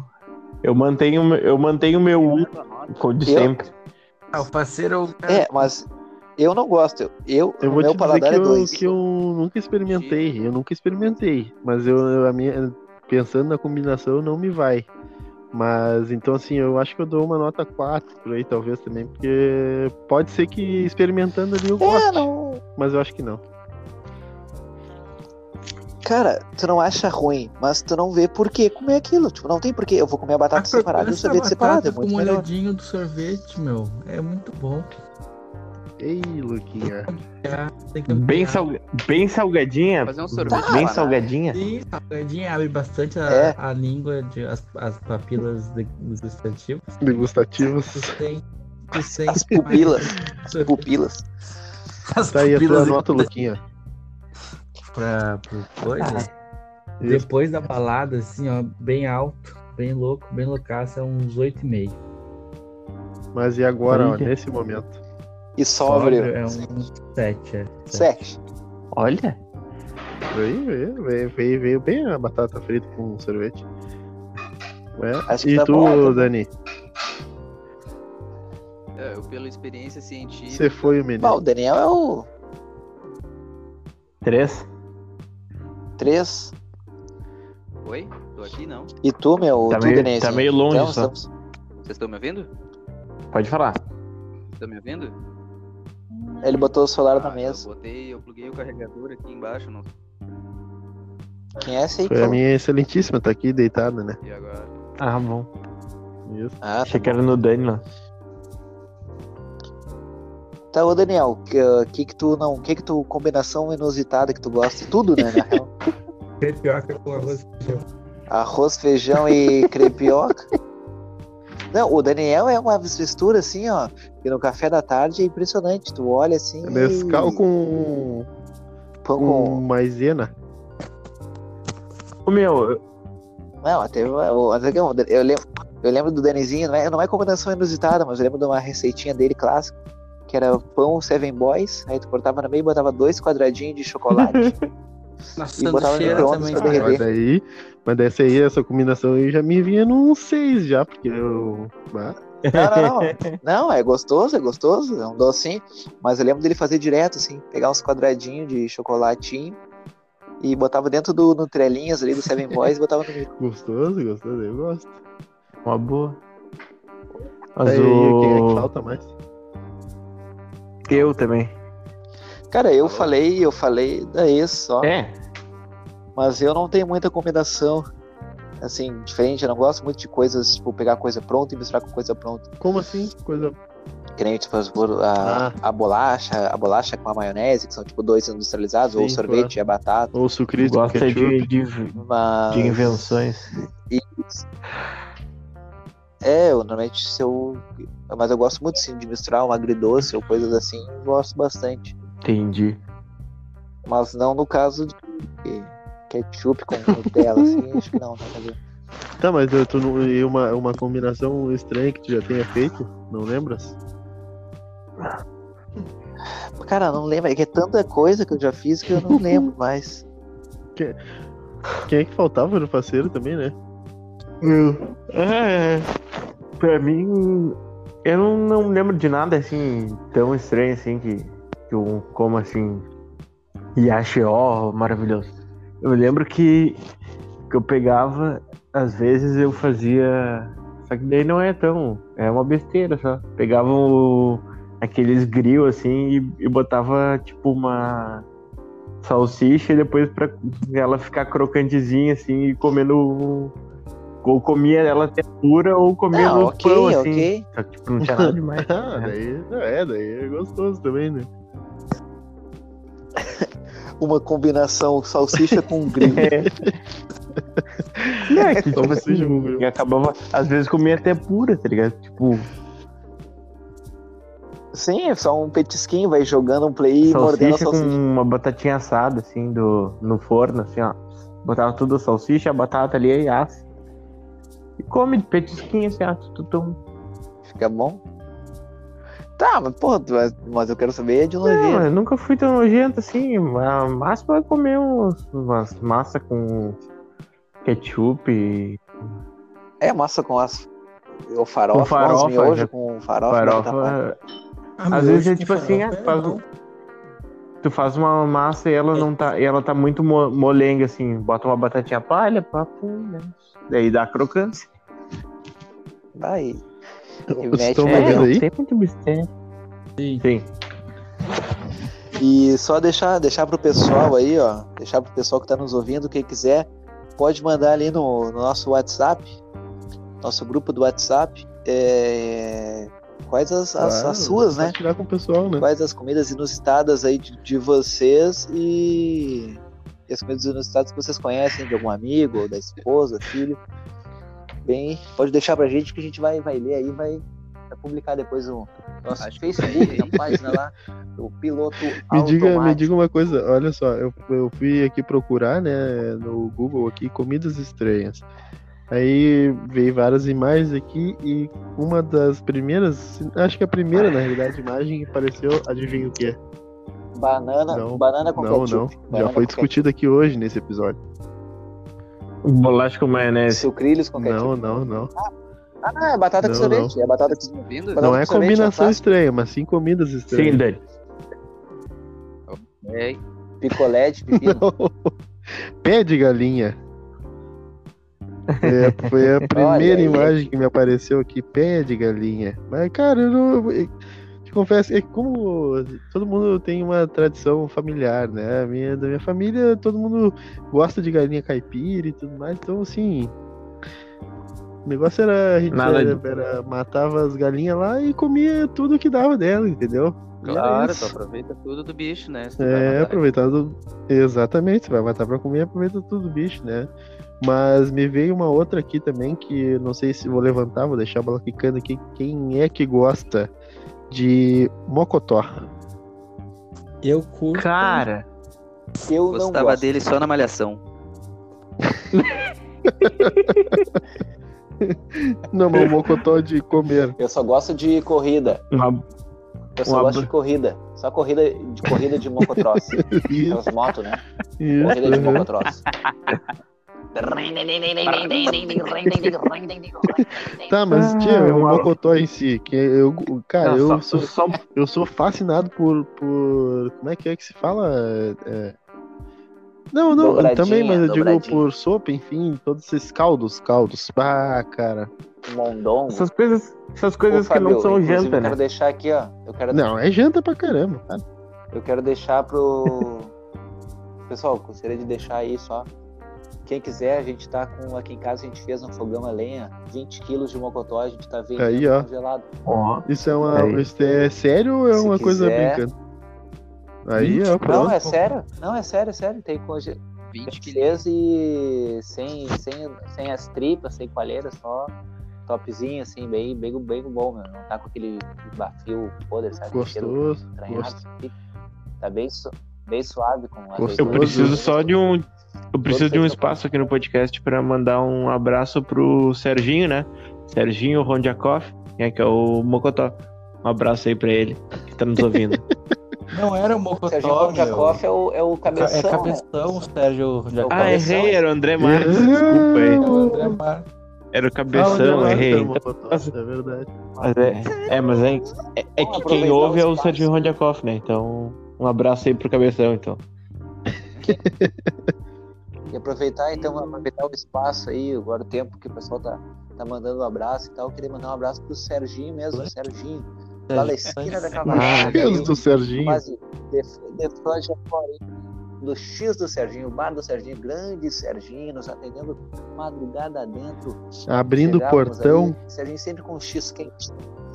Speaker 1: Eu mantenho, eu mantenho meu um como de
Speaker 2: Eu?
Speaker 1: sempre.
Speaker 3: Ah, o parceiro é
Speaker 2: É, mas eu não gosto. Eu, eu,
Speaker 4: Eu
Speaker 2: o meu
Speaker 4: vou te dizer
Speaker 2: paladar
Speaker 4: que
Speaker 2: é
Speaker 4: eu,
Speaker 2: dois.
Speaker 4: que eu nunca experimentei. Eu nunca experimentei. Mas eu, eu- a minha, pensando na combinação, não me vai. Mas então, assim, eu acho que eu dou uma nota 4 por aí, talvez também. Porque pode ser que experimentando ali eu
Speaker 2: É,
Speaker 4: goste.
Speaker 2: não.
Speaker 4: Mas eu acho que não.
Speaker 2: Cara, tu não acha ruim, mas tu não vê por que comer aquilo. Tipo, não tem por que. Eu vou comer a batata separada e o sorvete tá separado. É
Speaker 3: Ah, com
Speaker 2: muito melhor.
Speaker 3: molhadinho do sorvete, meu. É muito bom.
Speaker 4: Ei, Luquinha.
Speaker 3: Tem que
Speaker 1: Bem,
Speaker 3: molhar.
Speaker 1: salga- bem salgadinha.
Speaker 5: Fazer um sorvete. de
Speaker 1: Bem
Speaker 5: banana.
Speaker 1: salgadinha.
Speaker 3: Sim, salgadinho abre bastante a,
Speaker 2: É.
Speaker 3: a língua, de, as, as papilas de- dos gustativos. Tu <laughs>
Speaker 4: Degustativos.
Speaker 3: tem. Tu sente
Speaker 2: As
Speaker 3: mais-
Speaker 2: pupilas, pupilas.
Speaker 3: <laughs> As
Speaker 4: Tá aí a tua
Speaker 3: pupilas
Speaker 4: nota, Luquinha.
Speaker 3: pra, pro coisa.
Speaker 4: Isso.
Speaker 3: Depois da balada, assim, ó, bem alto, bem louco, bem loucaço, é uns 8,5.
Speaker 4: Mas e agora, ó,
Speaker 1: Olha.
Speaker 4: nesse momento?
Speaker 2: E sóbrio.
Speaker 3: É um 7, é.
Speaker 2: Sete.
Speaker 1: Olha.
Speaker 4: Veio, veio, veio, veio, veio bem a batata frita com sorvete. Ué,
Speaker 2: Acho que
Speaker 4: e
Speaker 2: tá
Speaker 4: tu,
Speaker 2: bom.
Speaker 4: Dani?
Speaker 5: É, eu, pela experiência científica.
Speaker 2: é
Speaker 4: Você foi o menino.
Speaker 2: Bom, o Daniel é o.
Speaker 1: Três?
Speaker 2: Três.
Speaker 5: Oi? Tô aqui não.
Speaker 2: E tu, meu?
Speaker 1: Tá
Speaker 2: tu,
Speaker 1: meio-
Speaker 2: Denise?
Speaker 1: tá meio longe
Speaker 2: Então,
Speaker 1: só.
Speaker 2: estamos-
Speaker 5: Vocês estão me ouvindo?
Speaker 1: Pode falar.
Speaker 5: Estão me ouvindo?
Speaker 2: Ele botou o celular na
Speaker 5: Ah,
Speaker 2: mesa.
Speaker 5: Eu botei, eu pluguei o carregador aqui embaixo, não
Speaker 2: Quem é esse aí? que
Speaker 4: Foi a
Speaker 2: falou?
Speaker 4: minha excelentíssima, tá aqui deitada, né?
Speaker 5: sei agora.
Speaker 1: Ah, bom.
Speaker 4: Isso.
Speaker 2: Ah,
Speaker 1: Achei que era no Dani lá.
Speaker 2: tá. Ô, Daniel, o que que tu não... que que tu... Combinação inusitada que tu gosta? Tudo, né, na real?
Speaker 5: <laughs>
Speaker 3: É
Speaker 6: Crepioca com arroz e feijão.
Speaker 2: Arroz, feijão e crepioca. Não, o Daniel é uma mistura assim, ó. Que no café da tarde é impressionante. Tu olha assim. e-
Speaker 4: Nescau com,
Speaker 2: Pão
Speaker 4: É com
Speaker 2: com.
Speaker 4: maisena.
Speaker 1: Ô, meu, eu-
Speaker 2: Não, até. o- até que Eu eu lembro, eu lembro do Danizinho, não é, não é combinação inusitada, mas eu lembro de uma receitinha dele clássica. Que era pão Seven Boys, aí tu cortava no meio e botava dois quadradinhos de chocolate.
Speaker 3: Nossa,
Speaker 2: botava
Speaker 3: cheira
Speaker 2: micro-ondas pra
Speaker 3: também. cara.
Speaker 2: derreter.
Speaker 4: Mas daí, mas dessa aí, essa combinação aí já me vinha num 6 já, porque eu. Ah,
Speaker 2: Não, não, não. Não, é gostoso, é gostoso, é um docinho. Mas eu lembro dele fazer direto, assim, pegar uns quadradinhos de chocolatinho e botava dentro do Nutrelinhas ali do Seven Boys e botava no micro.
Speaker 4: gostoso, gostoso, eu gosto.
Speaker 1: uma boa. Mas
Speaker 4: Mas aí,
Speaker 1: o-
Speaker 4: quem é que falta mais?
Speaker 1: Eu também.
Speaker 2: Cara, eu falei, eu falei daí só.
Speaker 1: É,
Speaker 2: Mas eu não tenho muita combinação, assim, diferente. Eu não gosto muito de coisas, tipo, pegar coisa pronta e misturar com coisa pronta.
Speaker 4: Como assim? Coisa.
Speaker 2: Que nem, tipo, as bol- a,
Speaker 4: Ah.
Speaker 2: a bolacha, a bolacha com a maionese, que são, tipo, dois industrializados, ou
Speaker 4: Sim,
Speaker 2: sorvete e a batata.
Speaker 4: Ou sucrilhos com
Speaker 1: gosta
Speaker 4: ketchup?
Speaker 1: é de, de,
Speaker 2: Mas...
Speaker 1: de invenções.
Speaker 2: É, eu, normalmente se eu. Mas eu gosto muito sim de misturar um agridoce ou coisas assim, eu gosto bastante.
Speaker 1: Entendi.
Speaker 2: Mas não no caso de
Speaker 1: <laughs>
Speaker 2: ketchup com Nutella, assim, acho que não, nada a ver.
Speaker 4: Tá, mas eu- tu não- e uma, uma combinação estranha que tu já tenha feito, não lembras?
Speaker 2: Cara, eu não lembro, é que é tanta coisa que eu já fiz que eu não lembro mais.
Speaker 4: Quem é que faltava no parceiro também, né? <laughs>
Speaker 1: É, pra mim, eu não, não lembro de nada assim tão estranho assim que, que eu como assim e achei ó, maravilhoso. Eu lembro que, que eu pegava, às vezes eu fazia. Só que daí não é tão. É uma besteira só. Pegava o- aqueles grill assim e, e botava tipo uma salsicha e depois pra ela ficar crocantezinha assim e comendo. Ou comia ela até pura ou comia
Speaker 2: Ah,
Speaker 1: no
Speaker 2: ok,
Speaker 1: pão assim.
Speaker 2: ok.
Speaker 1: Só que tipo, não tinha nada demais. <laughs>
Speaker 4: Ah, daí, é, daí é gostoso também, né?
Speaker 2: Uma combinação salsicha com grilo.
Speaker 1: <laughs> É, que, tipo,
Speaker 4: Talvez seja um
Speaker 1: assim,
Speaker 4: grill.
Speaker 1: acabava, às vezes comia até pura, tá ligado? Tipo,
Speaker 2: Sim, é só um petisquinho, vai jogando um play e mordendo a
Speaker 1: salsicha com
Speaker 2: salsicha.
Speaker 1: uma batatinha assada, assim, do, no forno, assim, ó. Botava tudo a salsicha, a batata ali e assa. E come de petisquinho, assim, ó. Tutum.
Speaker 2: Fica bom? Tá, mas porra, tu- mas eu quero saber de
Speaker 1: Não,
Speaker 2: longe.
Speaker 1: eu nunca fui tão nojento assim. A máxima é comer uns, umas massa com ketchup e
Speaker 2: É massa com as. Ou farofa,
Speaker 1: Com farofa,
Speaker 2: com miojo,
Speaker 1: já-
Speaker 2: com farofa. né,
Speaker 4: tá
Speaker 2: batata
Speaker 1: farofa.
Speaker 6: Ah,
Speaker 1: Às
Speaker 6: miojo
Speaker 1: vezes é
Speaker 6: com
Speaker 1: tipo assim,
Speaker 6: farofa
Speaker 1: ah,
Speaker 6: é
Speaker 1: faz
Speaker 6: bom. É.
Speaker 1: Tu faz uma massa e ela não tá. E ela tá muito mo- molenga, assim. Bota uma batatinha palha, papo, né? Daí dá crocância. é.
Speaker 2: Vai. E
Speaker 4: Vocês
Speaker 2: mete-
Speaker 4: estão me
Speaker 2: É,
Speaker 4: Tá vendo
Speaker 1: não
Speaker 4: aí?
Speaker 1: tem muito mistério.
Speaker 3: Sim.
Speaker 1: Sim.
Speaker 2: E só deixar, deixar pro pessoal aí, ó. Deixar pro pessoal que tá nos ouvindo, quem quiser, pode mandar ali no, no nosso WhatsApp, nosso grupo do WhatsApp, é, quais as, as-
Speaker 1: Ah,
Speaker 4: Claro,
Speaker 2: as suas, né?
Speaker 4: Tirar com o pessoal, né?
Speaker 2: Quais as comidas inusitadas aí de, de vocês e, e as comidas inusitadas que vocês conhecem de algum amigo, ou da esposa, filho. Bem, pode deixar pra gente que a gente vai, vai ler aí, vai, vai publicar depois no nosso
Speaker 5: Acho que é
Speaker 2: Facebook,
Speaker 5: aí-
Speaker 2: na página lá, do piloto
Speaker 4: <laughs> Me diga, me
Speaker 2: automático.
Speaker 4: diga uma coisa, olha só, eu, eu fui aqui procurar, né, no Google aqui, comidas estranhas. Aí veio várias imagens aqui e uma das primeiras, acho que a primeira, na realidade, imagem que apareceu, adivinha o que é?
Speaker 2: Banana,
Speaker 4: Não,
Speaker 2: banana com
Speaker 4: Não, não,
Speaker 2: ketchup.
Speaker 4: já
Speaker 2: banana
Speaker 4: foi
Speaker 2: com ketchup.
Speaker 4: discutido aqui hoje nesse episódio.
Speaker 1: Bolacha com maionese.
Speaker 2: Sucrilhos com ketchup.
Speaker 4: Não, não, não.
Speaker 2: Ah, é batata com
Speaker 4: Não,
Speaker 2: sorvete. É batata
Speaker 5: Vocês estão
Speaker 2: com
Speaker 5: me ouvindo?
Speaker 2: Mas-
Speaker 4: Não
Speaker 2: com
Speaker 4: é
Speaker 2: sorvete,
Speaker 4: combinação
Speaker 2: não, tá?
Speaker 4: estranha, mas sim comidas estranhas.
Speaker 1: Sim, Dani.
Speaker 5: É,
Speaker 2: Picolé de
Speaker 5: <laughs>
Speaker 2: pepino.
Speaker 4: Pé de galinha. É,
Speaker 1: <laughs>
Speaker 4: foi a primeira
Speaker 2: aí.
Speaker 4: imagem que me apareceu aqui, pé de galinha. Mas, cara, eu não. eu te confesso, é que como todo mundo tem uma tradição familiar, né? A minha, da minha família, todo mundo gosta de galinha caipira e tudo mais, então assim. O negócio era a gente
Speaker 1: Nada
Speaker 4: era-
Speaker 1: de-
Speaker 4: era- matava as galinhas lá e comia tudo que dava dela, entendeu? E era
Speaker 5: Claro, tu
Speaker 4: isso.
Speaker 5: aproveita tudo do bicho, né? Se tu vai
Speaker 4: É,
Speaker 5: matar.
Speaker 4: aproveitando. Exatamente, vai matar pra comer, aproveita tudo, bicho, né? Mas me veio uma outra aqui também que eu não sei se vou levantar, vou deixar ela quicando aqui. Quem é que gosta de mocotó?
Speaker 6: Eu curto.
Speaker 1: Cara,
Speaker 2: Eu não
Speaker 5: Gostava
Speaker 2: gosto.
Speaker 5: dele só na malhação.
Speaker 4: Não, mas o mocotó de comer.
Speaker 2: <laughs> Eu só gosto de corrida.
Speaker 1: uma-
Speaker 2: Eu
Speaker 4: Um
Speaker 2: só
Speaker 1: Uma
Speaker 2: gosto
Speaker 1: bu-
Speaker 2: de corrida. Só corrida de corrida
Speaker 4: <laughs>
Speaker 2: de motocross.
Speaker 4: Isso,
Speaker 2: Aquelas motos, né?
Speaker 4: isso. uhum.
Speaker 2: Corrida de
Speaker 4: aham.
Speaker 2: motocross.
Speaker 4: Tá, mas
Speaker 1: Ah,
Speaker 4: tia, o
Speaker 1: uma-
Speaker 4: mocotó em si, que eu, cara,
Speaker 1: não,
Speaker 4: eu
Speaker 1: só-
Speaker 4: sou
Speaker 1: só
Speaker 4: Eu sou fascinado por, por. Como é que é que se fala? É. Não, não,
Speaker 2: Dobradinha,
Speaker 4: também, mas eu digo
Speaker 2: dobradinha.
Speaker 4: por sopa, enfim, todos esses caldos, caldos. Ah, cara.
Speaker 2: Mondongo.
Speaker 1: essas coisas, essas coisas
Speaker 2: Ô,
Speaker 1: que não
Speaker 2: Fábio,
Speaker 1: são
Speaker 2: inclusive,
Speaker 1: janta,
Speaker 2: Eu
Speaker 1: né?
Speaker 2: quero deixar aqui, ó. Eu quero,
Speaker 4: Não, é janta pra caramba, cara.
Speaker 2: eu quero deixar pro. <laughs> Pessoal, eu gostaria de deixar aí só. Quem quiser, a gente tá com. Aqui em casa a gente fez um fogão a lenha, 20 quilos de mocotó, a gente tá vendendo
Speaker 4: Aí, ó.
Speaker 2: congelado.
Speaker 1: Ó,
Speaker 4: Isso é uma.
Speaker 1: Aí.
Speaker 4: Isso é sério ou é
Speaker 2: Se
Speaker 4: uma coisa
Speaker 2: quiser.
Speaker 4: brincando? Aí, ó,
Speaker 2: Não,
Speaker 4: pronto.
Speaker 2: é sério? Não, é sério, é sério. Tem congelado.
Speaker 5: 20 quilos.
Speaker 2: Fez e sem, sem, sem as tripas, sem coalheira, só topzinho, assim, bem, bem, bem bom, meu. Não tá com aquele bafio podre, sabe? Aquele
Speaker 4: Gostoso.
Speaker 2: estranhado.
Speaker 4: gostoso.
Speaker 2: Tá bem, su- bem suave com a
Speaker 4: Gostoso.
Speaker 1: eu preciso só de um. Eu preciso de um espaço aqui no podcast pra mandar um abraço pro Serginho, né? Serginho Rondiakoff, né, que é o Mocotó. Um abraço aí pra ele, que tá nos ouvindo.
Speaker 3: Não era
Speaker 2: Sérgio
Speaker 3: o Mocotó,
Speaker 2: Paulo
Speaker 3: meu.
Speaker 2: Jacoff é o, é o cabeção,
Speaker 3: É
Speaker 2: né?
Speaker 3: cabeção, Sérgio
Speaker 1: <laughs>
Speaker 3: Jacob.
Speaker 1: ah,
Speaker 2: Cabeção?
Speaker 1: errei, era o André Marques,
Speaker 4: Ah, Não.
Speaker 1: desculpa aí.
Speaker 3: É o André Marques.
Speaker 1: Era Ah, o
Speaker 4: Fala,
Speaker 1: Cabeção,
Speaker 4: Leonardo,
Speaker 1: errei.
Speaker 4: é uma foto, É verdade.
Speaker 1: Mas é, é, mas é, é, é que quem
Speaker 2: Aproveitar
Speaker 1: ouve
Speaker 2: os
Speaker 1: é o
Speaker 2: passos.
Speaker 1: Serginho Rondiakoff, né? Então, um abraço aí pro Cabeção, então.
Speaker 2: E aproveitar, então, aproveitar o espaço aí, agora o tempo que o pessoal tá, tá mandando um abraço e tal. Eu queria mandar um abraço pro Serginho mesmo, o Serginho. Lá na esquina da
Speaker 4: Ah,
Speaker 2: Cavalcada.
Speaker 4: Deus do Serginho.
Speaker 2: quase defronte fora aí do X do Serginho, o bar do Serginho, grande Serginho, nos atendendo madrugada dentro.
Speaker 4: Abrindo o
Speaker 2: Chegávamos
Speaker 4: portão.
Speaker 2: aí, Serginho sempre com um X quente.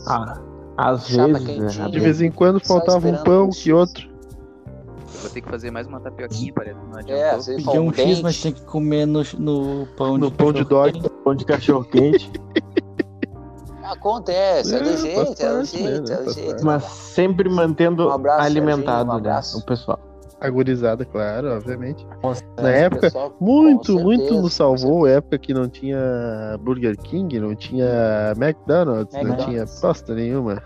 Speaker 1: Ah, às
Speaker 2: Chapa
Speaker 1: vezes,
Speaker 2: quentinha.
Speaker 1: né?
Speaker 4: De vez em quando
Speaker 2: Só
Speaker 4: faltava um
Speaker 2: esperando
Speaker 4: pão
Speaker 2: os
Speaker 4: que outro.
Speaker 5: Vou ter que fazer mais uma tapioquinha, parece. que Não
Speaker 2: É,
Speaker 5: adiantou.
Speaker 2: às vezes
Speaker 3: Pediu
Speaker 2: pão
Speaker 3: um X, mas
Speaker 2: quente.
Speaker 3: tinha que comer no, no pão
Speaker 4: No
Speaker 3: de
Speaker 4: pão de
Speaker 3: cachorro
Speaker 4: dog.
Speaker 3: quente.
Speaker 1: Pão de cachorro quente.
Speaker 2: Acontece, é
Speaker 4: É,
Speaker 2: do jeito, é do
Speaker 4: bastante,
Speaker 2: jeito,
Speaker 4: né?
Speaker 2: é do
Speaker 4: Bastante.
Speaker 2: jeito.
Speaker 1: Mas sempre mantendo
Speaker 2: Um abraço,
Speaker 1: alimentado,
Speaker 2: Serginho, um
Speaker 1: né?
Speaker 2: abraço.
Speaker 1: O pessoal.
Speaker 4: Agorizada, claro, obviamente.
Speaker 2: É,
Speaker 4: Na época,
Speaker 2: pessoal, com
Speaker 4: Muito,
Speaker 2: certeza,
Speaker 4: muito
Speaker 2: com
Speaker 4: nos salvou. Época que não tinha Burger King, não tinha McDonald's, não
Speaker 2: McDonald's.
Speaker 4: tinha posta nenhuma.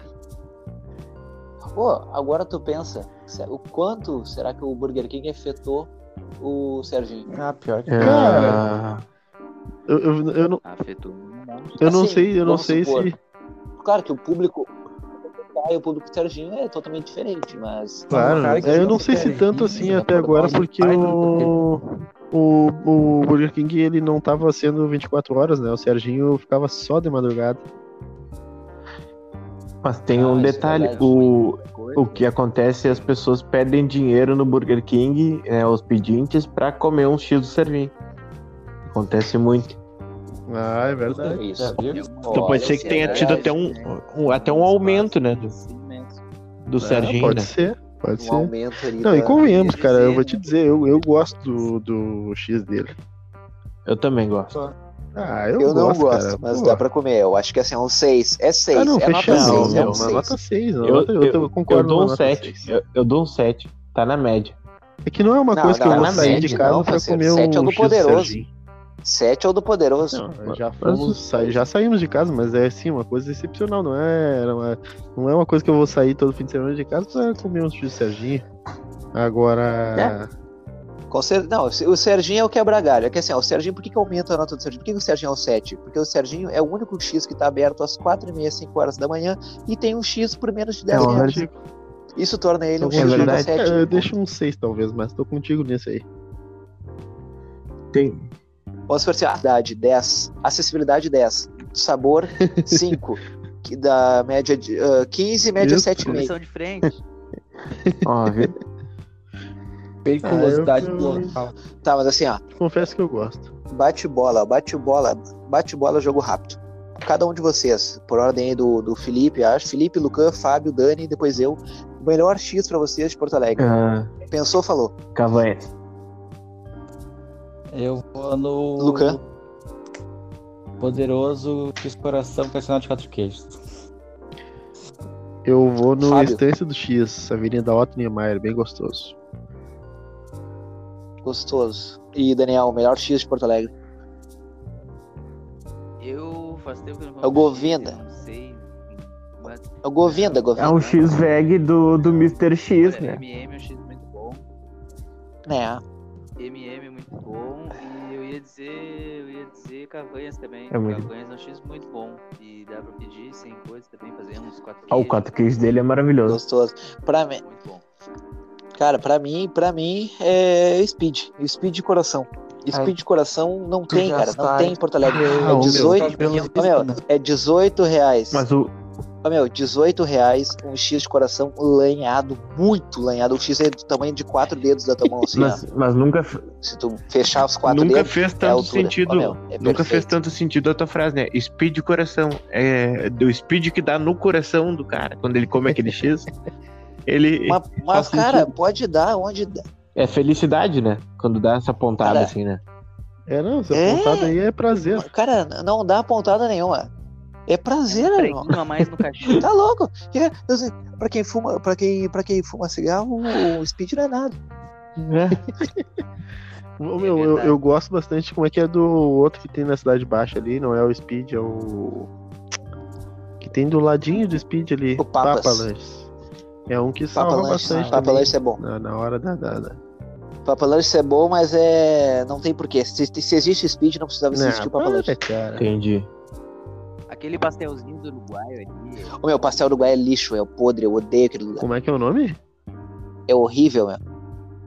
Speaker 2: Pô, agora tu pensa, se- o quanto será que o Burger King afetou o Serginho?
Speaker 3: Ah, pior
Speaker 1: É.
Speaker 3: que é.
Speaker 4: Cara. Eu, eu, eu não,
Speaker 5: Afetou um monte.
Speaker 4: eu não
Speaker 2: Assim,
Speaker 4: sei, eu não
Speaker 2: vamos
Speaker 4: sei
Speaker 2: supor.
Speaker 4: se.
Speaker 2: Claro que o público e o público do Serginho é totalmente diferente, mas
Speaker 4: Claro, né?
Speaker 6: cara que
Speaker 4: eu
Speaker 6: não
Speaker 1: é
Speaker 4: não sei se
Speaker 6: quer
Speaker 4: tanto
Speaker 6: ir,
Speaker 4: assim
Speaker 6: né,
Speaker 4: até
Speaker 6: por
Speaker 4: agora,
Speaker 6: causa do
Speaker 4: porque
Speaker 6: pai do
Speaker 4: o, o, o Burger King ele não tava sendo 24 horas, né? O Serginho ficava só de madrugada.
Speaker 1: Mas tem
Speaker 2: Ah,
Speaker 1: um
Speaker 2: isso é
Speaker 1: detalhe,
Speaker 2: verdade.
Speaker 1: o, o que acontece é as pessoas pedem dinheiro no Burger King, né, os pedintes, pra comer um X do Serginho. Acontece muito.
Speaker 4: Ah, é verdade.
Speaker 2: isso.
Speaker 3: viu?
Speaker 1: Então
Speaker 2: Olha,
Speaker 1: pode ser que
Speaker 2: é
Speaker 1: tenha tido
Speaker 2: verdade.
Speaker 1: até um, um- até
Speaker 5: é
Speaker 1: um aumento, né, do, do
Speaker 5: Claro,
Speaker 1: Serginho,
Speaker 4: Pode
Speaker 1: né?
Speaker 4: ser, pode
Speaker 2: um
Speaker 4: ser.
Speaker 2: aumento ali.
Speaker 4: Não,
Speaker 2: da-
Speaker 4: e convenhamos, cara, eu
Speaker 5: dizer,
Speaker 4: vou te dizer, eu, eu gosto do, do X dele.
Speaker 1: Eu também gosto.
Speaker 4: Ah,
Speaker 2: Eu,
Speaker 4: eu,
Speaker 2: não
Speaker 4: gosto,
Speaker 2: gosto,
Speaker 4: cara.
Speaker 2: mas
Speaker 4: Pô.
Speaker 2: dá pra comer. Eu acho que assim, é um 6. É 6.
Speaker 4: Ah, não,
Speaker 2: é nota
Speaker 4: fechado.
Speaker 1: não,
Speaker 2: 6.
Speaker 1: meu,
Speaker 2: É
Speaker 4: não,
Speaker 2: um
Speaker 1: mas
Speaker 4: uma
Speaker 2: 6.
Speaker 4: nota 6.
Speaker 1: Eu-
Speaker 4: Eu, eu, eu concordo.
Speaker 1: Eu dou
Speaker 4: uma
Speaker 1: um
Speaker 4: nota
Speaker 1: 7.
Speaker 4: seis.
Speaker 1: Eu, eu dou um 7. Tá na média.
Speaker 4: É que não é uma
Speaker 2: Não,
Speaker 4: coisa que
Speaker 2: não,
Speaker 4: eu vou
Speaker 1: na
Speaker 4: sair de
Speaker 2: média
Speaker 4: casa
Speaker 2: não,
Speaker 4: pra
Speaker 2: parceiro.
Speaker 4: comer um
Speaker 2: Sete é do
Speaker 4: X
Speaker 2: poderoso.
Speaker 4: Serginho.
Speaker 2: 7 é o do poderoso.
Speaker 4: Não, já, fomos, sai- já saímos de casa, mas é assim, uma coisa excepcional. Não é, era uma, não é uma coisa que eu vou sair todo fim de semana de casa pra comer um X Serginho. Agora.
Speaker 2: Com cer- Não, o Serginho é o quebra-galho. É que assim, ó, o Serginho, por que, que aumenta a nota do Serginho? Por que, que o Serginho é o 7? Porque o Serginho é o único X que tá aberto às 4 e meia, 5 horas da manhã e tem um X por menos de 10
Speaker 4: É,
Speaker 2: reais.
Speaker 4: lógico.
Speaker 2: Isso torna ele um
Speaker 1: É verdade.
Speaker 2: 6,7.
Speaker 4: Então, É, eu deixo um 6, talvez, mas tô contigo nisso aí.
Speaker 1: Tem,
Speaker 2: Vamos forçar. Acessibilidade 10. Ah, Acessibilidade 10.
Speaker 4: <laughs>
Speaker 2: Sabor 5. que dá média de, ah, 15, média
Speaker 4: Isso.
Speaker 2: 7,5.
Speaker 5: Comissão de frente.
Speaker 1: ó, viu?
Speaker 2: <laughs>
Speaker 6: Periculosidade
Speaker 4: Ah, eu-
Speaker 6: do local.
Speaker 2: Tá, mas assim, ó.
Speaker 4: Confesso que eu gosto.
Speaker 2: Bate bola, bate bola, bate bola, jogo rápido. Cada um de vocês, por ordem aí do, do Felipe, acho. Felipe, Lucan, Fábio, Dani, depois eu. Melhor X pra vocês de Porto Alegre.
Speaker 1: Ah,
Speaker 4: É.
Speaker 2: Pensou, falou.
Speaker 1: Cavanha.
Speaker 6: Eu vou no.
Speaker 2: Lucan?
Speaker 6: Poderoso X Coração Castanhal de Quatro Queijos.
Speaker 4: Eu vou no
Speaker 2: Fábio.
Speaker 4: Estância do X, Avenida Otto Niemeyer, bem gostoso.
Speaker 2: Gostoso. E Daniel, melhor X de Porto Alegre.
Speaker 5: Eu faz tempo que eu não
Speaker 2: É o
Speaker 5: vou no X,
Speaker 2: Govinda.
Speaker 5: eu Não sei. Mas
Speaker 2: É o Govinda,
Speaker 1: É
Speaker 2: Govinda.
Speaker 1: um X-Veg do, do Mr. X,
Speaker 5: olha,
Speaker 1: né?
Speaker 5: MM é um X muito bom.
Speaker 4: um
Speaker 2: Né?
Speaker 5: MM é muito bom. E eu ia dizer. Eu ia dizer Cavanhas também.
Speaker 1: É muito-
Speaker 5: Cavanhas é um X muito bom. E dá pra pedir sem coisa também, fazer uns 4
Speaker 1: Ó, o 4 queijos dele é maravilhoso.
Speaker 2: Gostoso. Pra mim,
Speaker 5: Muito bom.
Speaker 2: cara, pra mim, pra mim é Speed. Speed de coração. Speed
Speaker 6: Ai,
Speaker 2: de coração não tem, cara. Não
Speaker 6: gastar.
Speaker 2: tem em Porto Alegre.
Speaker 4: Ah,
Speaker 2: É
Speaker 1: tá
Speaker 4: o meu.
Speaker 2: 18,
Speaker 6: Cabelo
Speaker 2: Ô, meu, é 18 reais.
Speaker 1: né? Mas o.
Speaker 2: Ô, meu, 18 reais, um X de coração lanhado, muito lanhado. O X é do tamanho de quatro dedos da tua mão, assim,
Speaker 1: Mas, mas nunca,
Speaker 2: ó. Se tu fechar os quatro
Speaker 1: nunca
Speaker 2: dedos,
Speaker 1: fez
Speaker 2: é a
Speaker 1: tanto
Speaker 2: altura.
Speaker 1: sentido.
Speaker 2: Ô, meu, é
Speaker 1: nunca
Speaker 2: perfeito.
Speaker 1: fez tanto sentido a tua frase, né? Speed de coração. É do speed que dá no coração do cara. Quando ele come aquele
Speaker 2: <laughs>
Speaker 1: X. Ele.
Speaker 2: Mas,
Speaker 1: Faz
Speaker 2: mas, cara, pode dar onde dá.
Speaker 1: É felicidade, né? Quando dá essa pontada,
Speaker 2: Cara,
Speaker 1: assim, né?
Speaker 4: É, não, essa
Speaker 2: É?
Speaker 4: pontada aí é prazer.
Speaker 2: Cara, não dá pontada nenhuma. É prazer,
Speaker 5: Um
Speaker 2: irmão.
Speaker 5: preguinho a mais no cachorro.
Speaker 2: Tá louco? Que- eu sei, Pra quem fuma, para quem, para quem fuma cigarro, o speed não é nada.
Speaker 4: Ô,
Speaker 5: É
Speaker 4: meu, eu,
Speaker 5: verdade.
Speaker 4: eu gosto bastante como é que é do outro que tem na Cidade Baixa ali, não é o Speed, é o. Que tem do ladinho do Speed ali.
Speaker 2: O Papas.
Speaker 4: Lanches. É um que salva
Speaker 2: Papa lanche,
Speaker 4: bastante
Speaker 2: Papa
Speaker 4: também,
Speaker 2: lanche é bom.
Speaker 4: na, na hora da. da, da-
Speaker 2: Papa lanche é bom, mas é não tem porquê. Se, se existe speed, não precisava
Speaker 4: Não, Ah,
Speaker 2: existir o Papa
Speaker 4: para,
Speaker 2: lanche.
Speaker 4: cara.
Speaker 1: Entendi.
Speaker 5: Aquele pastelzinho do uruguaio ali.
Speaker 2: O meu pastel uruguai é lixo, é o podre, eu odeio aquele lugar.
Speaker 4: Como é que é o nome?
Speaker 2: É horrível, meu.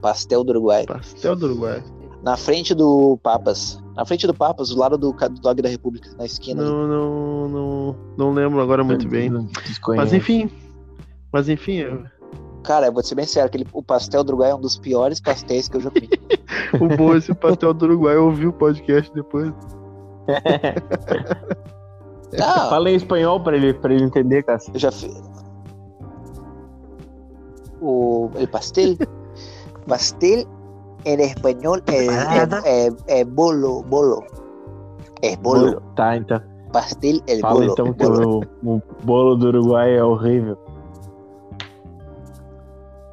Speaker 2: Pastel do Uruguai.
Speaker 4: Pastel do Uruguai.
Speaker 2: Na frente do Papas. Na frente do Papas, do lado do ca- do Dog da República, na esquina. ali.
Speaker 4: Não, não, não, não lembro agora muito bem.
Speaker 1: Desconheço.
Speaker 4: Mas enfim. Mas enfim, eu-
Speaker 2: Cara, eu vou te ser bem sério, aquele, o pastel do Uruguai é um dos piores pastéis que eu já comi.
Speaker 4: <laughs> o bom é esse pastel do Uruguai eu ouvi o podcast depois.
Speaker 2: Não,
Speaker 1: Fala em espanhol pra ele, pra ele entender, cara.
Speaker 2: Eu já fiz. O el pastel.
Speaker 1: <laughs>
Speaker 2: pastel em espanhol é, é, é- é eh, bolo, bolo. É bolo.
Speaker 1: Tá, então.
Speaker 2: Pastel é
Speaker 1: Fala
Speaker 2: bolo.
Speaker 1: então que
Speaker 2: bolo.
Speaker 1: o, o bolo do Uruguai é horrível.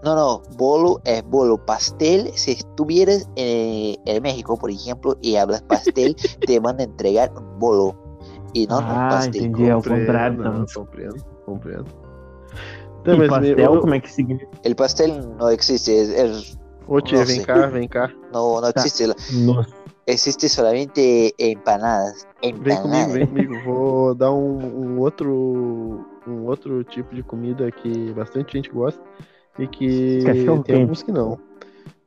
Speaker 2: No, no, bolo es bolo. Pastel, si estuvieras eh, en México, por ejemplo, y hablas pastel,
Speaker 1: <laughs>
Speaker 2: te van a entregar un bolo. Y no, no,
Speaker 1: ah,
Speaker 2: pastel.
Speaker 1: entendi. É o
Speaker 4: Compreendo,
Speaker 1: contrário.
Speaker 4: não,
Speaker 1: Então.
Speaker 4: Compreendo, compreendo. Tá,
Speaker 1: E
Speaker 4: mas
Speaker 1: pastel,
Speaker 4: eu-
Speaker 1: como é que significa?
Speaker 2: El pastel no existe, es- es-
Speaker 4: Ô, tia,
Speaker 2: Nossa.
Speaker 4: vem cá, vem cá.
Speaker 2: no, no
Speaker 1: Ah.
Speaker 2: existe.
Speaker 1: Nossa.
Speaker 2: Existe solamente empanadas.
Speaker 4: Vem comigo,
Speaker 2: Empanadas.
Speaker 4: vem comigo. Vou dar um, um outro um outro tipo de comida que bastante gente gosta e que
Speaker 1: Cachorro
Speaker 4: tem
Speaker 1: quente.
Speaker 4: alguns que não.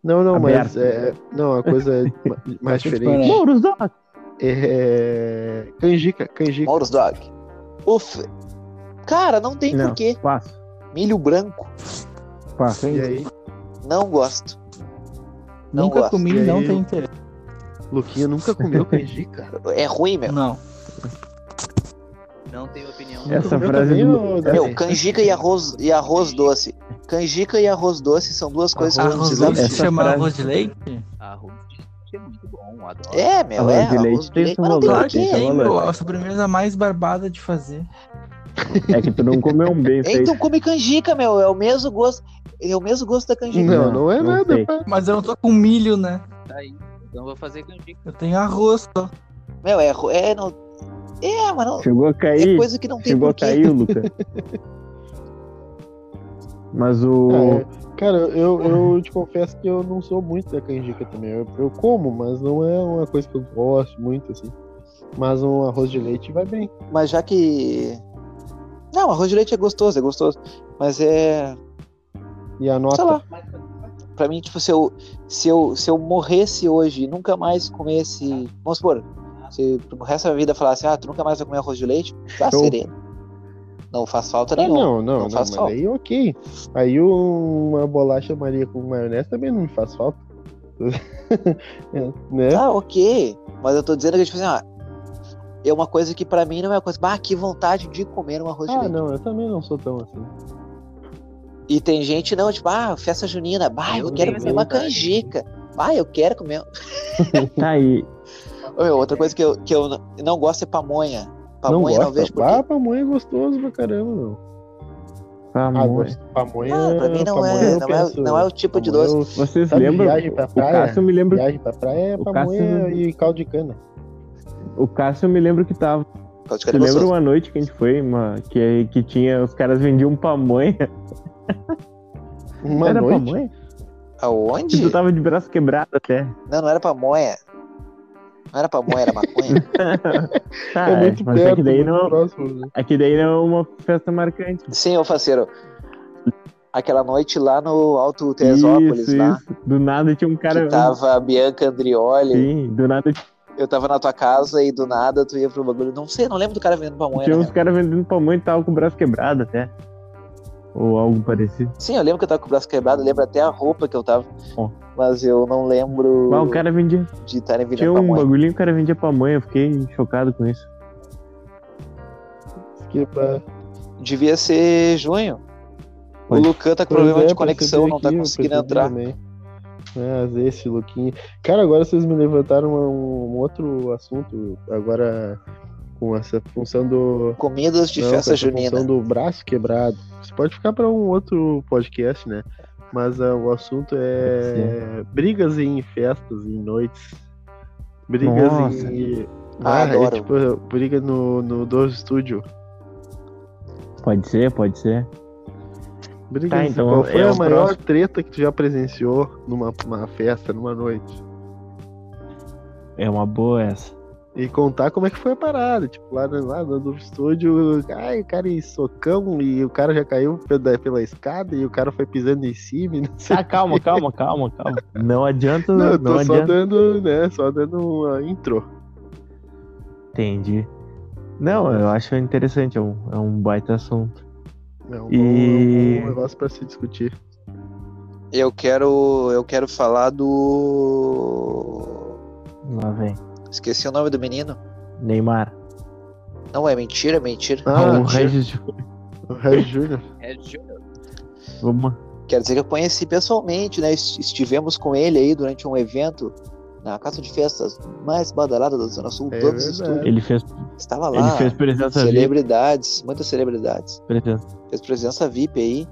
Speaker 4: Não, não, mas é, não, a coisa é ma-
Speaker 1: <laughs>
Speaker 6: Cachorro de
Speaker 4: mais diferente
Speaker 6: banana.
Speaker 1: Mouros, ó.
Speaker 4: é canjica, canjica.
Speaker 2: Mouros Dog. Uf. Cara, não tem
Speaker 1: Não.
Speaker 2: porquê.
Speaker 1: Passo.
Speaker 2: Milho branco.
Speaker 1: Passo.
Speaker 4: E aí,
Speaker 2: Não gosto. não
Speaker 6: Nunca
Speaker 2: gosto.
Speaker 6: comi
Speaker 4: E aí,
Speaker 6: não
Speaker 4: eu-
Speaker 6: tem interesse.
Speaker 4: Luquinha nunca comeu canjica?
Speaker 2: É ruim, meu.
Speaker 6: Não.
Speaker 5: Não tenho opinião.
Speaker 4: Nunca
Speaker 1: Essa
Speaker 4: comeu
Speaker 1: frase
Speaker 4: também,
Speaker 1: do-
Speaker 4: ô, Dani?
Speaker 2: Meu, canjica e arroz, e arroz doce. Canjica e arroz doce são duas coisas que eu não
Speaker 6: Arroz
Speaker 2: precisava
Speaker 6: doce
Speaker 1: essa
Speaker 6: se chama
Speaker 1: frase-
Speaker 6: arroz de leite?
Speaker 5: Arroz de leite é muito bom, adoro.
Speaker 2: É, meu,
Speaker 1: Arroz
Speaker 2: é.
Speaker 1: de
Speaker 2: arroz
Speaker 1: leite
Speaker 2: de
Speaker 1: tem
Speaker 2: leite,
Speaker 1: seu
Speaker 2: mas não tem
Speaker 1: valor,
Speaker 6: Claro
Speaker 1: tem
Speaker 6: que
Speaker 2: porquê.
Speaker 1: seu
Speaker 6: tem,
Speaker 1: valor.
Speaker 6: meu. A sobremesa mais barbada de fazer.
Speaker 1: É que tu não comeu um bem feito.
Speaker 2: Então come canjica, meu. É o mesmo gosto. É o mesmo gosto da canjica.
Speaker 4: Não, não é
Speaker 1: Não
Speaker 4: nada,
Speaker 1: sei.
Speaker 4: pá.
Speaker 6: Mas eu não tô com milho, né?
Speaker 5: Tá aí. Então eu vou fazer canjica.
Speaker 6: Eu tenho arroz só.
Speaker 2: Meu, é. ru- É, não, é mas não,
Speaker 1: Chegou a cair.
Speaker 2: é coisa que não tem
Speaker 1: Chegou a
Speaker 2: porquê.
Speaker 1: cair, Luca. Mas o.
Speaker 2: Uhum.
Speaker 4: É, cara, eu, eu te confesso que eu não sou muito da canjica também. Eu, eu como, mas não é uma coisa que eu gosto muito, assim. Mas um arroz de leite vai bem.
Speaker 2: Mas já que. Não, arroz de leite é gostoso, é gostoso. Mas é.
Speaker 4: E a nota.
Speaker 2: Sei lá. Pra mim, tipo, se eu, se eu, se eu morresse hoje e nunca mais comesse. Vamos supor, se pro resto da minha vida falasse, ah, tu nunca mais vai comer arroz de leite, tá
Speaker 4: Eu-
Speaker 2: sereno. Não faz falta
Speaker 4: Ah,
Speaker 2: nenhuma.
Speaker 4: não, não, não,
Speaker 2: faz
Speaker 4: mas
Speaker 2: falta.
Speaker 4: aí ok. Aí um- uma bolacha Maria com maionese também não me faz falta. <laughs> É, né?
Speaker 2: Tá, ok. Mas eu tô dizendo que, tipo assim, ah, é uma coisa que pra mim não é uma coisa. Ah, que vontade de comer um arroz de
Speaker 4: Ah,
Speaker 2: leite.
Speaker 4: não, eu também não sou tão assim.
Speaker 2: E tem gente, não, tipo, ah, festa junina, bah, eu,
Speaker 4: Eu
Speaker 2: quero
Speaker 4: tenho
Speaker 2: comer uma
Speaker 4: vontade.
Speaker 2: canjica. Ah, eu quero comer.
Speaker 1: Tá aí.
Speaker 2: Ô, meu, outra coisa que eu, que eu n- não gosto é pamonha.
Speaker 4: não
Speaker 2: Pamonha
Speaker 4: gosta?
Speaker 2: não, vejo por
Speaker 4: Ah,
Speaker 2: quê.
Speaker 4: pamonha é gostoso pra caramba, não. Ah,
Speaker 1: Amor.
Speaker 4: gosto- pamonha,
Speaker 2: Ah, pra mim não
Speaker 4: pamonha
Speaker 2: é,
Speaker 4: eu
Speaker 2: não é,
Speaker 4: penso-
Speaker 2: não é o tipo de
Speaker 4: pamonha
Speaker 2: doce.
Speaker 4: eu-
Speaker 1: Vocês
Speaker 4: Sabe,
Speaker 1: lembram?
Speaker 4: viagem pra
Speaker 1: o
Speaker 4: praia?
Speaker 1: Cássio me lembra.
Speaker 4: Viagem pra praia é
Speaker 1: O
Speaker 4: pamonha
Speaker 1: Cássio-
Speaker 4: e caldo de cana.
Speaker 1: O Cássio me lembra que tava.
Speaker 2: Caldo de
Speaker 1: Tu
Speaker 2: cana é
Speaker 1: lembra
Speaker 2: gostoso.
Speaker 1: uma noite que a gente foi, uma, que, que tinha. Os caras vendiam pamonha. <laughs>
Speaker 4: Uma
Speaker 1: Era
Speaker 4: noite.
Speaker 1: pamonha? Que
Speaker 2: Aonde?
Speaker 1: tu tá- tava de braço quebrado até.
Speaker 4: É
Speaker 2: Não, não era pamonha. Não era pamonha,
Speaker 1: <laughs>
Speaker 2: era maconha.
Speaker 1: Tá,
Speaker 4: É muito
Speaker 1: mas é
Speaker 4: perto,
Speaker 1: que daí
Speaker 4: muito
Speaker 1: não.
Speaker 4: próximo. né?
Speaker 1: É que daí não é uma festa marcante.
Speaker 2: Sim, ô faceiro. Aquela noite lá no Alto Teresópolis,
Speaker 1: isso,
Speaker 2: lá,
Speaker 1: isso. Do nada tinha um cara.
Speaker 2: que tava a Bianca Andrioli.
Speaker 1: Sim, do nada
Speaker 2: Eu tava na tua casa e do nada tu ia pro bagulho. Não sei, não lembro do né, cara vendendo pamonha.
Speaker 4: né?
Speaker 1: tinha
Speaker 2: na
Speaker 1: uns
Speaker 2: real.
Speaker 1: caras vendendo pamonha e tava com o braço quebrado até. Ou algo parecido.
Speaker 2: Sim, eu lembro que eu tava com o braço quebrado, eu lembro até a roupa que eu tava.
Speaker 1: Ó.
Speaker 2: Mas eu não lembro
Speaker 1: Mas o cara vendia.
Speaker 2: de estarem
Speaker 4: é
Speaker 1: Tinha
Speaker 2: vendendo
Speaker 1: um
Speaker 2: pamonha.
Speaker 1: bagulhinho que o cara vendia pamonha. Eu fiquei chocado com isso.
Speaker 4: Que é pra-
Speaker 2: Devia ser junho.
Speaker 1: Pois-
Speaker 2: O Lucan tá com
Speaker 4: Pois
Speaker 2: problema
Speaker 4: é,
Speaker 2: de conexão,
Speaker 4: percebi
Speaker 2: não tá
Speaker 4: aqui, eu
Speaker 2: conseguindo
Speaker 4: percebi
Speaker 2: entrar.
Speaker 4: também. É, às vezes, esse Luquinha. Cara, agora vocês me levantaram um, um outro assunto. Agora, com essa função do.
Speaker 2: Comidas de
Speaker 4: não, com
Speaker 2: festa
Speaker 4: essa
Speaker 2: junina.
Speaker 4: função do braço quebrado. Isso pode ficar pra um outro podcast, né? Mas ah, o assunto é. Brigas em festas, em noites. Brigas
Speaker 1: Nossa.
Speaker 4: em.
Speaker 2: Ah,
Speaker 4: é
Speaker 2: adoro.
Speaker 4: tipo, briga no, no Dojo Studio.
Speaker 1: Pode ser, pode ser.
Speaker 4: Briga
Speaker 1: Tá,
Speaker 4: em-
Speaker 1: então,
Speaker 4: qual foi
Speaker 1: é
Speaker 4: a
Speaker 1: o
Speaker 4: maior
Speaker 1: próximo.
Speaker 4: treta que tu já presenciou numa uma festa, numa noite?
Speaker 1: É uma boa essa.
Speaker 4: E contar como é que foi a parada. Tipo, lá, no- lá no, no estúdio, ai, o cara em socão e o cara já caiu pela, pela escada e o cara foi pisando em cima. e Não, sei.
Speaker 1: Ah, calma, calma, calma, calma. Não adianta, <laughs> não,
Speaker 4: não, eu tô só
Speaker 1: adianta.
Speaker 4: dando, né? Só dando uma intro.
Speaker 1: Entendi. Não, eu acho interessante, é um, é um baita assunto.
Speaker 4: É um, bom-
Speaker 1: E-
Speaker 4: é um bom negócio pra se discutir.
Speaker 2: Eu quero. Eu quero falar do.
Speaker 1: Lá vem.
Speaker 2: Esqueci o nome do menino.
Speaker 1: Neymar.
Speaker 2: Não, é mentira, é mentira.
Speaker 4: Ah,
Speaker 2: é
Speaker 1: o
Speaker 2: mentira.
Speaker 1: Regis de
Speaker 4: O Harry
Speaker 1: <laughs>
Speaker 4: Júnior.
Speaker 5: É Júnior.
Speaker 1: Vamos.
Speaker 2: Quer dizer que eu conheci pessoalmente, né? Est- Estivemos com ele aí durante um evento na casa de festas mais badalada da Zona Sul,
Speaker 4: É
Speaker 2: todos os
Speaker 4: verdade.
Speaker 2: estúdios.
Speaker 1: Ele fez,
Speaker 2: Estava
Speaker 1: ele
Speaker 2: lá,
Speaker 1: fez presença VIP.
Speaker 2: celebridades, muitas celebridades.
Speaker 1: presença.
Speaker 2: Fez presença VIP aí.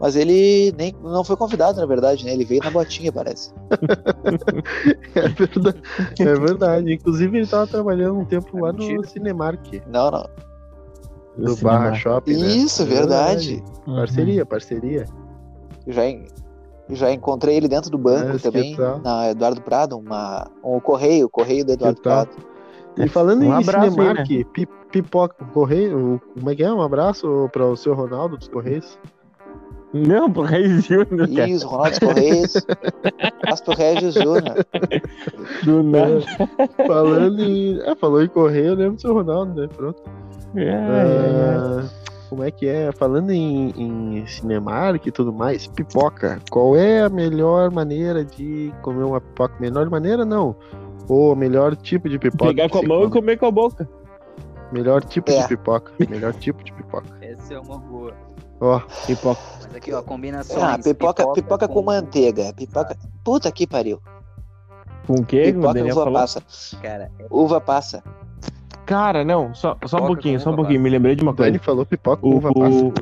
Speaker 2: Mas ele nem não foi convidado, na verdade, né? Ele veio na botinha, parece.
Speaker 4: <laughs> É verdade. é verdade. Inclusive, ele tava trabalhando um
Speaker 1: É
Speaker 4: tempo lá no
Speaker 5: Mentira.
Speaker 4: Cinemark.
Speaker 2: Não, não.
Speaker 4: Do
Speaker 1: cinema. Uhum.
Speaker 4: Barra Shopping, né?
Speaker 2: Isso, verdade.
Speaker 4: Parceria, parceria.
Speaker 2: Já, en- já encontrei ele dentro do banco
Speaker 1: É,
Speaker 4: Mas que
Speaker 2: também,
Speaker 1: tá.
Speaker 4: tal?
Speaker 2: na Eduardo Prado, uma, um correio, o correio do Eduardo
Speaker 1: tá. <laughs>
Speaker 4: tal?
Speaker 2: Prado.
Speaker 4: E falando
Speaker 1: Um
Speaker 4: em
Speaker 1: abraço aí,
Speaker 4: Cinemark, pi- pipoca, correio, como é que é? Um abraço para o seu Ronaldo
Speaker 1: <laughs>
Speaker 4: dos Correios.
Speaker 1: Uhum. Não, pro Regis Júnior, cara.
Speaker 2: Isso, Ronaldo Correios, Astro Regis Júnior.
Speaker 1: Do nada.
Speaker 4: falando em. É, falou em correio, eu lembro do seu Ronaldo, né? Pronto.
Speaker 1: É, é, é.
Speaker 4: Ah, Como é que é? Falando em, em Cinemark e tudo mais, pipoca. Qual é a melhor maneira de comer uma pipoca? Melhor maneira, não. Ou o melhor tipo de pipoca.
Speaker 1: Pegar
Speaker 4: que
Speaker 1: com a
Speaker 4: se
Speaker 1: mão e
Speaker 4: come.
Speaker 1: comer com a boca.
Speaker 4: Melhor tipo
Speaker 2: É.
Speaker 4: de pipoca. Melhor tipo de pipoca.
Speaker 5: Essa é uma boa.
Speaker 4: Ó,
Speaker 1: Pipoca.
Speaker 5: Mas aqui, ó, combinações.
Speaker 2: Ah, pipoca, pipoca com
Speaker 5: né?
Speaker 2: manteiga. Pipoca. Puta que pariu.
Speaker 1: Com o quê? que O
Speaker 2: Pipoca e
Speaker 1: Daniel
Speaker 2: uva
Speaker 1: falou.
Speaker 2: passa.
Speaker 5: Cara,
Speaker 2: Uva passa.
Speaker 1: Cara, não, só, só um
Speaker 5: Pipoca
Speaker 1: pouquinho,
Speaker 5: com
Speaker 1: só um
Speaker 5: uva
Speaker 1: pouquinho. Me lembrei de
Speaker 4: o
Speaker 1: uma
Speaker 4: Dani
Speaker 1: coisa.
Speaker 4: falou pipoca com
Speaker 1: O-
Speaker 4: uva passa.
Speaker 1: o-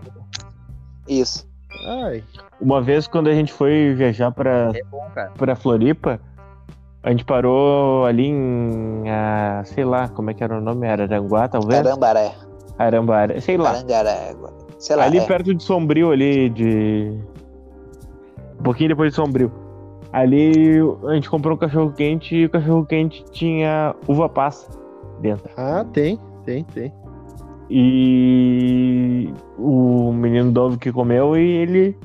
Speaker 2: Isso.
Speaker 4: Ai,
Speaker 1: uma vez, quando a gente foi viajar pra,
Speaker 5: é bom, cara.
Speaker 1: pra Floripa, a gente parou ali em. ah, sei lá, como é que era o nome? Araranguá, talvez?
Speaker 2: Arambaré.
Speaker 1: Arambaré, sei lá.
Speaker 2: Arangaré. agora. Sei lá.
Speaker 1: ali
Speaker 2: é.
Speaker 1: perto de Sombrio, ali de. Um pouquinho depois de Sombrio. Ali a gente comprou um cachorro quente e o cachorro quente tinha uva passa dentro.
Speaker 4: ah, tem, tem, tem.
Speaker 1: E o menino Dove que comeu e ele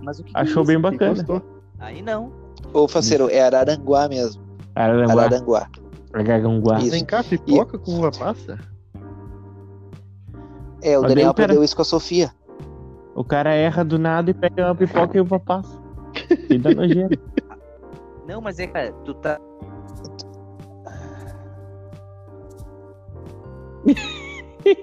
Speaker 2: Mas o que que
Speaker 1: Achou
Speaker 2: é isso?
Speaker 1: bem bacana.
Speaker 4: Gostou?
Speaker 5: Aí não.
Speaker 2: Ô, faceiro, é Araranguá mesmo.
Speaker 1: Araranguá,
Speaker 2: Araranguá.
Speaker 1: Araranguá.
Speaker 2: Isso.
Speaker 4: Tem cá pipoca com uva passa?
Speaker 2: É, o
Speaker 1: Mas daí,
Speaker 2: Daniel
Speaker 1: pera-
Speaker 2: aprendeu isso com a Sofia.
Speaker 1: O cara erra do nada e pega uma pipoca e uva passa. E dá nojeira.
Speaker 5: Não, mas é, cara, tu tá.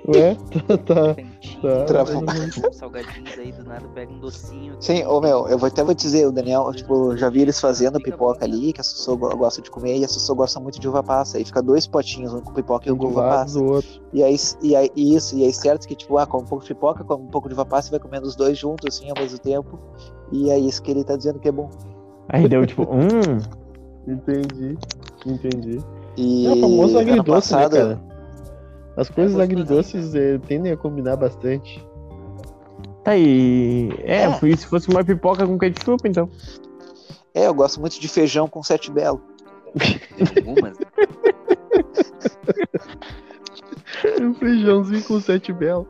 Speaker 4: Ué, <laughs> tá, tá.
Speaker 5: quentinho,
Speaker 2: Travou.
Speaker 5: fazendo uns Salgadinhos aí do nada, pega um docinho.
Speaker 2: Sim, ô meu, eu vou até vou dizer, o Daniel, tipo, já vi eles fazendo pipoca ali, que a Sussô go- gosta de comer, e a Sussô gosta muito de uva passa. Aí fica dois potinhos, um com pipoca e um
Speaker 4: Um
Speaker 2: com
Speaker 4: do
Speaker 2: uva
Speaker 4: lado
Speaker 2: passa.
Speaker 4: do outro.
Speaker 2: E aí, e aí e isso, e aí certo que, tipo, ah, come um pouco de pipoca, come um pouco de uva passa e vai comendo os dois juntos, assim, ao mesmo tempo. E é isso que ele tá dizendo que é bom.
Speaker 1: Aí deu tipo, hum,
Speaker 4: Entendi, entendi.
Speaker 2: E
Speaker 4: É o famoso
Speaker 2: ano
Speaker 4: agridoce, né,
Speaker 2: passado, é,
Speaker 4: cara? As coisas
Speaker 5: gostosinho,
Speaker 4: agridoces eh, tendem a combinar bastante.
Speaker 1: tá aí. É, foi- se fosse uma pipoca com ketchup, então.
Speaker 2: é, eu gosto muito de feijão com sete belo.
Speaker 5: Algumas.
Speaker 4: <laughs> Um feijãozinho com sete belo.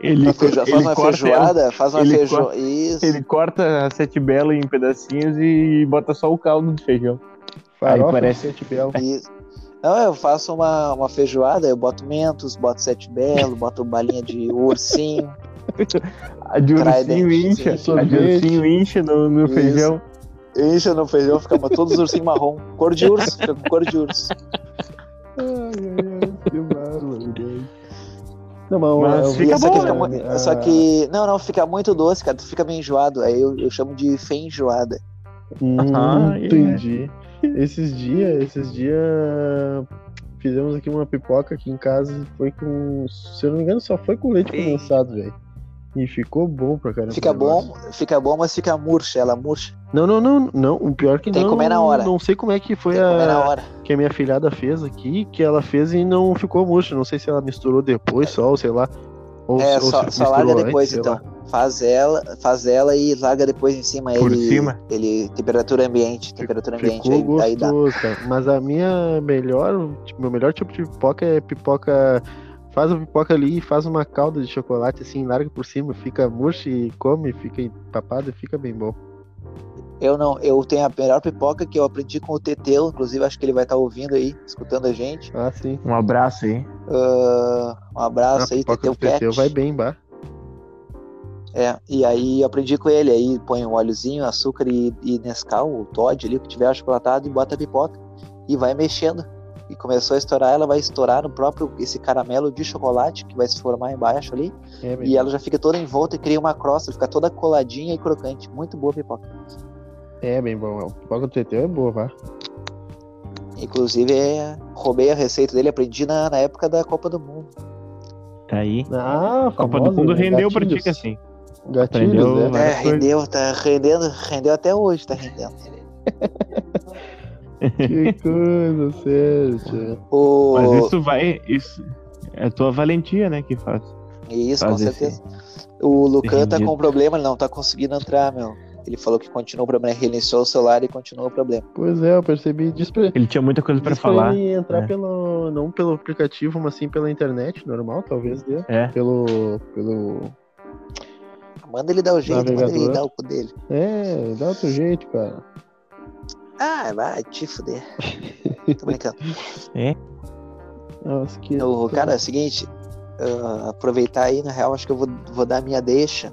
Speaker 1: Ele,
Speaker 2: Feijão- faz uma feijoada, faz uma
Speaker 1: ele
Speaker 2: feijoada. Isso.
Speaker 1: Ele corta a sete belo em pedacinhos e bota só o caldo do feijão.
Speaker 4: Farofa
Speaker 1: parece-
Speaker 4: com sete belo.
Speaker 2: Isso. Não, eu faço uma, uma feijoada, eu boto mentos, boto sete belo, boto balinha de <laughs> ursinho.
Speaker 1: A de ursinho
Speaker 2: Trident,
Speaker 1: incha.
Speaker 4: sim.
Speaker 1: A de ursinho incha no, no
Speaker 2: Isso.
Speaker 1: feijão.
Speaker 2: Enche no feijão, fica ma- todos os ursinhos marrom. Cor de urso, fica com cor de urso.
Speaker 4: <laughs> Ai, ai, ai, que maravilhoso. Não, mas,
Speaker 1: Mas
Speaker 4: eu vi
Speaker 1: Fica
Speaker 2: E só,
Speaker 1: bom,
Speaker 2: que
Speaker 1: né?
Speaker 2: fica mu- só que. Não, não, fica muito doce, cara. Tu fica meio enjoado. Aí eu, eu chamo de feijoada.
Speaker 4: Hum,
Speaker 1: Ah, é.
Speaker 4: entendi. Esses dias, esses dias fizemos aqui uma pipoca aqui em casa e foi com, se eu não me engano, só foi com leite
Speaker 5: Ei.
Speaker 4: condensado, velho. E ficou bom pra caramba.
Speaker 2: Fica
Speaker 4: o negócio.
Speaker 2: bom, fica bom, mas fica murcha, ela murcha.
Speaker 4: Não, não, não, não, o pior é que
Speaker 2: Tem que
Speaker 4: não.
Speaker 2: comer na hora.
Speaker 4: Não sei como é que foi
Speaker 2: Tem que comer na
Speaker 4: a
Speaker 2: hora.
Speaker 4: que a minha filhada fez aqui, que ela fez e não ficou murcha, não sei se ela misturou depois só, ou sei lá. Ou,
Speaker 2: É,
Speaker 4: ou se
Speaker 2: só, só
Speaker 4: misturou
Speaker 2: larga
Speaker 4: antes,
Speaker 2: depois,
Speaker 4: sei
Speaker 2: então.
Speaker 4: lá.
Speaker 2: Faz ela, faz ela e larga depois em cima.
Speaker 1: Por
Speaker 2: ele,
Speaker 1: cima?
Speaker 2: Ele, temperatura ambiente, temperatura ambiente.
Speaker 4: Ficou
Speaker 2: Aí, aí dá.
Speaker 4: gostoso, cara. Mas a minha melhor, tipo, meu melhor tipo de pipoca é pipoca. Faz a pipoca ali e faz uma calda de chocolate assim, larga por cima, fica murcha e come, fica empapado e fica bem bom.
Speaker 2: Eu não, eu tenho a melhor pipoca que eu aprendi com o Teteu, inclusive acho que ele vai estar ouvindo aí, escutando a gente.
Speaker 4: Ah, sim.
Speaker 1: Um abraço aí.
Speaker 2: Ah, um abraço
Speaker 4: a
Speaker 2: aí,
Speaker 4: pipoca
Speaker 2: Teteu
Speaker 4: do Teteu
Speaker 2: Cat.
Speaker 4: vai bem, bah.
Speaker 2: É, e aí eu aprendi com ele, aí põe um óleozinho, açúcar e, e Nescau, o Todd ali, o que tiver achocolatado, e bota a pipoca. E vai mexendo. E começou a estourar, ela vai estourar no próprio, esse caramelo de chocolate que vai se formar embaixo ali.
Speaker 4: É, bem
Speaker 2: E ela já fica toda envolta e cria uma crosta, fica toda coladinha e crocante. Muito boa a pipoca.
Speaker 4: é bem bom. A pipoca do Teteu é boa, vá.
Speaker 2: Inclusive, é, roubei a receita dele, aprendi na, na época da Copa do Mundo.
Speaker 1: Tá aí.
Speaker 4: Ah,
Speaker 1: Copa do Mundo rendeu pra ti que assim.
Speaker 4: Gatilhos,
Speaker 1: Aprendeu,
Speaker 4: né?
Speaker 1: né?
Speaker 2: É,
Speaker 1: Várias coisas.
Speaker 2: rendeu, tá rendendo, rendeu até hoje, tá rendendo.
Speaker 4: Que coisa,
Speaker 1: <laughs>
Speaker 4: Sérgio.
Speaker 2: O...
Speaker 1: Mas isso vai. Isso é tua valentia, né? Que faz.
Speaker 2: Isso, com
Speaker 1: faz esse-
Speaker 2: certeza. O Lucan tá
Speaker 1: rendido.
Speaker 2: com um problema, ele não tá conseguindo entrar, meu. Ele falou que continua o problema, ele reiniciou o celular e continua o problema.
Speaker 4: Pois é, eu percebi. Diz pra,
Speaker 1: Ele tinha muita coisa pra
Speaker 4: Diz pra
Speaker 1: falar.
Speaker 4: ele entrar
Speaker 1: né?
Speaker 4: pelo, não pelo aplicativo, mas sim pela internet, normal, talvez dê.
Speaker 1: É.
Speaker 4: Pelo, pelo...
Speaker 2: Manda ele dar o jeito, manda ele
Speaker 4: Navegador.
Speaker 2: dar o cu dele.
Speaker 4: É, dá outro jeito, cara.
Speaker 2: Ah, vai te fuder. Tô brincando.
Speaker 4: Nossa, que...
Speaker 2: O, cara, é o seguinte, ah, aproveitar aí, na real, acho que eu vou, vou dar a minha deixa.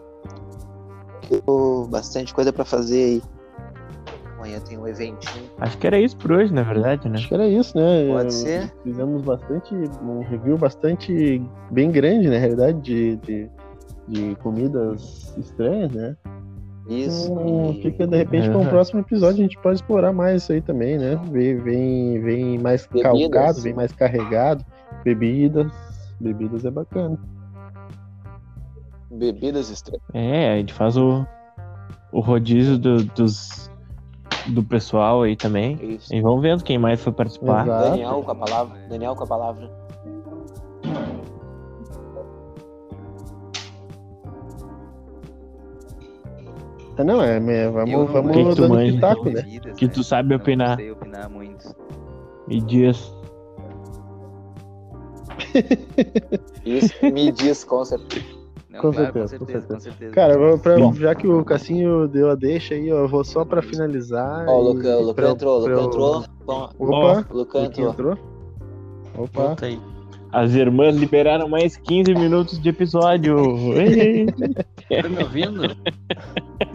Speaker 2: Que eu tô bastante coisa pra fazer aí. Amanhã tem um eventinho.
Speaker 1: Acho que era isso por hoje, na verdade, né?
Speaker 4: Acho que era isso, né?
Speaker 2: Pode
Speaker 4: Eu-
Speaker 2: ser.
Speaker 4: Fizemos bastante, um review bastante, bem grande, na realidade, de, de, de comidas estranhas, né?
Speaker 2: Isso.
Speaker 4: Então,
Speaker 2: e-
Speaker 4: fica, de repente, para um
Speaker 1: Aham.
Speaker 4: próximo episódio, a gente pode explorar mais isso aí também, né? Vem, vem, vem mais
Speaker 2: Bebidas.
Speaker 4: calcado, vem mais carregado. Bebidas, bebidas é bacana.
Speaker 2: Bebidas estranhas.
Speaker 1: É, a gente faz o, o rodízio do, dos, do pessoal aí também.
Speaker 2: Isso.
Speaker 1: E vamos vendo quem mais foi participar.
Speaker 4: Exato.
Speaker 2: Daniel com a
Speaker 4: É.
Speaker 2: palavra. Daniel com a palavra.
Speaker 4: Ah, Não, é, é, vamos,
Speaker 5: Eu não
Speaker 4: vamos
Speaker 1: Que que tu
Speaker 4: dando
Speaker 1: manja?
Speaker 4: pitaco, né?
Speaker 5: Ouvidas,
Speaker 1: Que tu sabe
Speaker 5: Não
Speaker 1: opinar.
Speaker 5: sei opinar muito.
Speaker 1: E dias.
Speaker 2: Isso, me diz, com certeza.
Speaker 5: Não,
Speaker 4: Com
Speaker 5: claro,
Speaker 4: certeza, com
Speaker 5: com certeza, com certeza.
Speaker 4: Cara, vamos pra-
Speaker 2: Bom.
Speaker 4: já que o Cassinho deu a deixa aí, ó, eu vou só pra finalizar.
Speaker 2: Ó, o
Speaker 4: e-
Speaker 2: Lucão, o Lucão
Speaker 4: pra eu-
Speaker 2: entrou, o
Speaker 4: pra
Speaker 2: Lucão
Speaker 4: eu-
Speaker 2: entrou. Bom,
Speaker 4: Opa,
Speaker 2: o Lucão
Speaker 4: Lucão
Speaker 2: entrou.
Speaker 4: entrou. Opa,
Speaker 3: Volta aí.
Speaker 1: As irmãs liberaram mais 15 minutos de episódio. <laughs> Ei,
Speaker 3: Tá me ouvindo?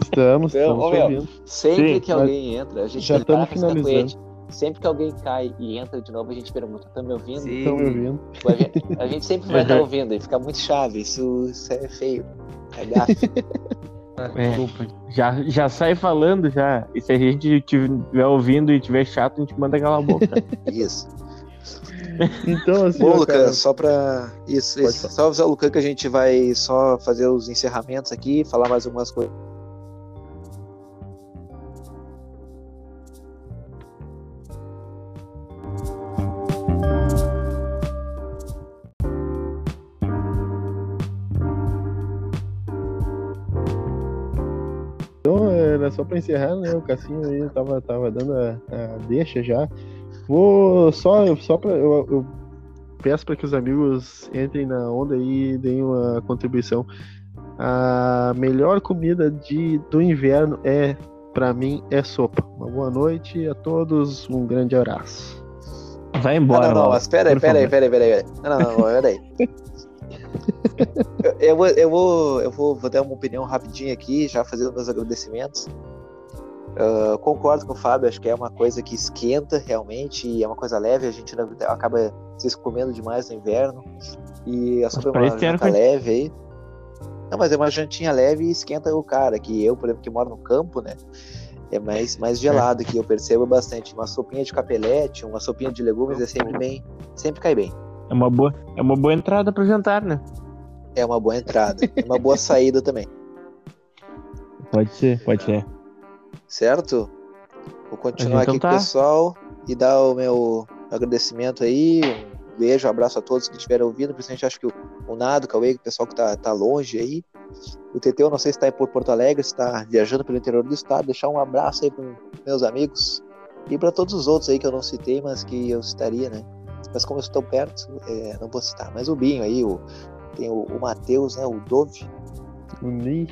Speaker 4: estamos,
Speaker 2: Então,
Speaker 4: estamos
Speaker 2: ô, meu,
Speaker 4: ouvindo.
Speaker 2: Sempre
Speaker 1: Sim,
Speaker 2: que
Speaker 4: mas
Speaker 2: alguém entra, a gente
Speaker 4: já
Speaker 2: prepara
Speaker 4: estamos
Speaker 2: com esse
Speaker 4: finalizando.
Speaker 2: cacuete. Sempre que alguém cai e entra de novo, a gente pergunta, tá me ouvindo?
Speaker 5: Sim.
Speaker 4: Estamos ouvindo.
Speaker 2: Tipo, A gente, a gente sempre vai estar
Speaker 4: é-
Speaker 1: Uhum.
Speaker 2: ouvindo e fica muito chave, isso, isso é feio. É gafe.
Speaker 1: Desculpa. Já, já sai falando já. E se a gente estiver ouvindo e tiver chato, a gente manda calar a boca.
Speaker 2: <laughs> Isso.
Speaker 4: Então, assim,
Speaker 2: Bom,
Speaker 4: ó, cara,
Speaker 2: Lucas, só pra. Isso,
Speaker 4: Pode
Speaker 2: isso. Só avisar o Lucas que a gente vai só fazer os encerramentos aqui, falar mais algumas coisas.
Speaker 4: Então, era só para encerrar, né? O Cassinho aí tava, tava dando a, a deixa já. Vou só, só para eu, eu peço para que os amigos entrem na onda aí e deem uma contribuição. A melhor comida de, do inverno é, para mim, é sopa. Uma boa noite a todos, um grande abraço.
Speaker 1: Vai
Speaker 2: Ah,
Speaker 1: embora,
Speaker 2: não, não,
Speaker 1: Laura.
Speaker 2: mas peraí,
Speaker 1: Por
Speaker 2: peraí,
Speaker 1: favor.
Speaker 2: peraí, peraí. peraí. Não, não, não,
Speaker 1: <laughs>
Speaker 2: peraí. Eu, eu, vou, eu, vou, eu vou, vou dar uma opinião rapidinha aqui, já fazendo meus agradecimentos. Ah, concordo com o Fábio, acho que é uma coisa que esquenta realmente, e é uma coisa leve, a gente não- acaba se comendo demais no inverno. E a sopa é
Speaker 1: pra
Speaker 2: uma
Speaker 1: esse ano
Speaker 2: janta
Speaker 1: foi-
Speaker 2: leve aí. Não, mas é uma jantinha leve e esquenta o cara, que eu, por exemplo, que moro no campo, né? É mais, mais gelado que eu percebo bastante. Uma sopinha de capelete, uma sopinha de legumes é sempre bem, sempre cai bem.
Speaker 1: É uma boa, é uma boa entrada pro jantar, né?
Speaker 2: É uma boa entrada, é uma boa saída também,
Speaker 1: Pode ser, pode ser.
Speaker 2: certo? Vou continuar
Speaker 1: Então
Speaker 2: aqui
Speaker 1: tá.
Speaker 2: com o pessoal e dar o meu agradecimento aí. Um beijo, um abraço a todos que estiveram ouvindo, principalmente acho que o, o Nado, o Cauê, o pessoal que tá, tá longe aí. O TT, eu não sei se tá por Porto Alegre, se tá viajando pelo interior do estado. Deixar um abraço aí pros meus amigos e para todos os outros aí que eu não citei, mas que eu citaria, né? Mas como eu estou perto, é, não vou citar. Mas o Binho aí, o, tem o, o Matheus, né? O Dove.
Speaker 4: Uni.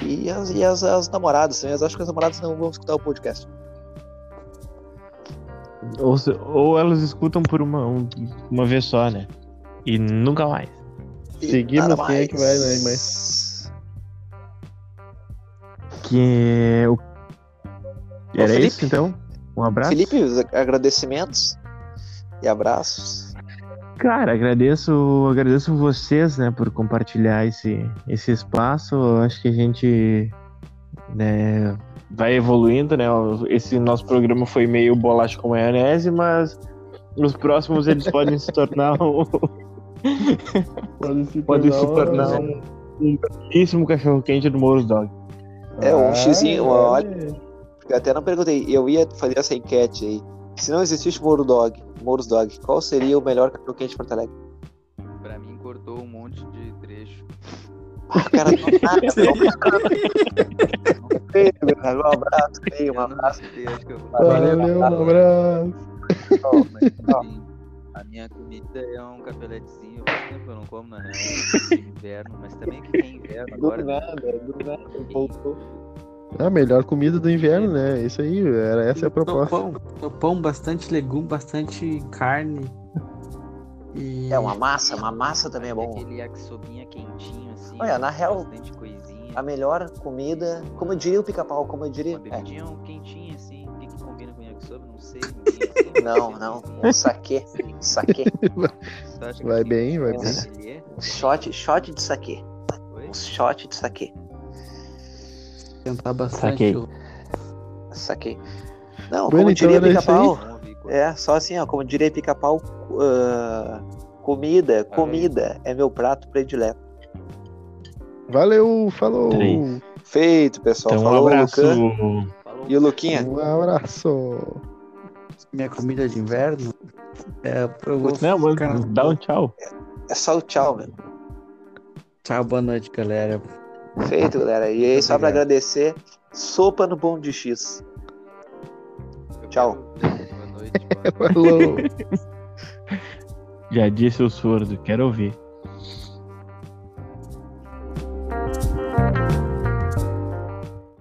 Speaker 2: E as, e as, as namoradas também. Eu acho que as namoradas não vão escutar o podcast.
Speaker 1: Ou, se- ou elas escutam por uma, um- uma vez só, né? E nunca mais.
Speaker 2: E
Speaker 4: Seguir,
Speaker 2: nada
Speaker 4: mas quem é que vai, né,
Speaker 1: Que. é o- Era
Speaker 2: É Felipe.
Speaker 1: isso, então? Um abraço.
Speaker 2: Felipe, os agradecimentos e abraços.
Speaker 1: Cara, agradeço, agradeço vocês, né, por compartilhar esse, esse espaço. Eu acho que a gente né, vai evoluindo, né? Esse nosso programa foi meio bolacha com maionese, mas os próximos
Speaker 2: <laughs>
Speaker 1: eles podem se tornar um,
Speaker 4: Pode se
Speaker 1: podem se tornar um, um belíssimo cachorro quente do Mouros Dog.
Speaker 2: É, um
Speaker 4: Ah,
Speaker 2: xizinho, uma hora.
Speaker 4: olha.
Speaker 2: Eu até não perguntei, eu ia fazer essa enquete aí. Se não existisse Moro Dog, Mouros Dog, qual seria o melhor cachorro quente de Porto Alegre?
Speaker 5: Pra mim cortou um monte de trecho.
Speaker 2: Ah, cara,
Speaker 4: <laughs>
Speaker 2: não, um abraço, aí, um
Speaker 5: Eu
Speaker 2: abraço.
Speaker 5: não sei, acho que eu vou
Speaker 4: Valeu, um abraço.
Speaker 5: Ó, mas, enfim, a minha comida é um capeletezinho, faz tempo que eu não como, na real, é inverno, mas também que é inverno agora.
Speaker 2: Do nada, do nada, voltou.
Speaker 4: É A melhor comida do inverno, né? Isso aí, era essa é a proposta.
Speaker 7: Pão, pão, bastante legume, bastante carne. E...
Speaker 2: É uma massa, uma massa também é bom.
Speaker 5: Aquele yakisobinha quentinho, assim.
Speaker 2: Olha, na
Speaker 5: com
Speaker 2: real,
Speaker 5: Bastante coisinha.
Speaker 2: A melhor comida, como eu diria o pica-pau, como eu diria.
Speaker 5: Uma
Speaker 2: é.
Speaker 5: bebidinha um quentinha, assim. O que, que combina com yakisoba? Não sei.
Speaker 2: <laughs>
Speaker 5: ninguém, assim,
Speaker 2: Não,
Speaker 5: um
Speaker 2: não.
Speaker 5: quentinho,
Speaker 2: Um saquê. Saquê.
Speaker 5: assim. Tu acha
Speaker 4: Vai
Speaker 5: que-
Speaker 4: bem, vai
Speaker 5: um
Speaker 4: bem.
Speaker 5: sommelier?
Speaker 2: Shot, shot de saquê.
Speaker 5: Oi?
Speaker 2: Um shot de saquê.
Speaker 7: Tentar
Speaker 1: Saquei.
Speaker 7: bastante. o-
Speaker 2: Saquê. Não,
Speaker 4: Bueno,
Speaker 2: como
Speaker 4: então
Speaker 2: diria
Speaker 4: era isso
Speaker 2: pica-pau.
Speaker 5: Vamos ouvir qual-
Speaker 2: É, só assim, ó. Como diria pica-pau. ah, comida, comida é meu prato predileto.
Speaker 4: Valeu, falou.
Speaker 1: Três.
Speaker 2: Feito, pessoal.
Speaker 1: Então, um
Speaker 2: Falou,
Speaker 1: abraço.
Speaker 2: Lucan.
Speaker 5: Falou.
Speaker 2: E o Luquinha.
Speaker 4: Um abraço.
Speaker 7: Minha comida de inverno. É, eu vou
Speaker 1: Não,
Speaker 7: ficar-
Speaker 1: mano, dá um tchau.
Speaker 2: É só o tchau, meu.
Speaker 7: Tchau, boa noite, galera.
Speaker 2: Feito, galera. E aí, só pra
Speaker 7: Obrigado.
Speaker 2: agradecer, sopa no bom de X.
Speaker 5: Eu
Speaker 2: Tchau.
Speaker 5: quero- Boa noite. boa noite.
Speaker 4: Falou.
Speaker 1: Já disse o surdo, quero ouvir.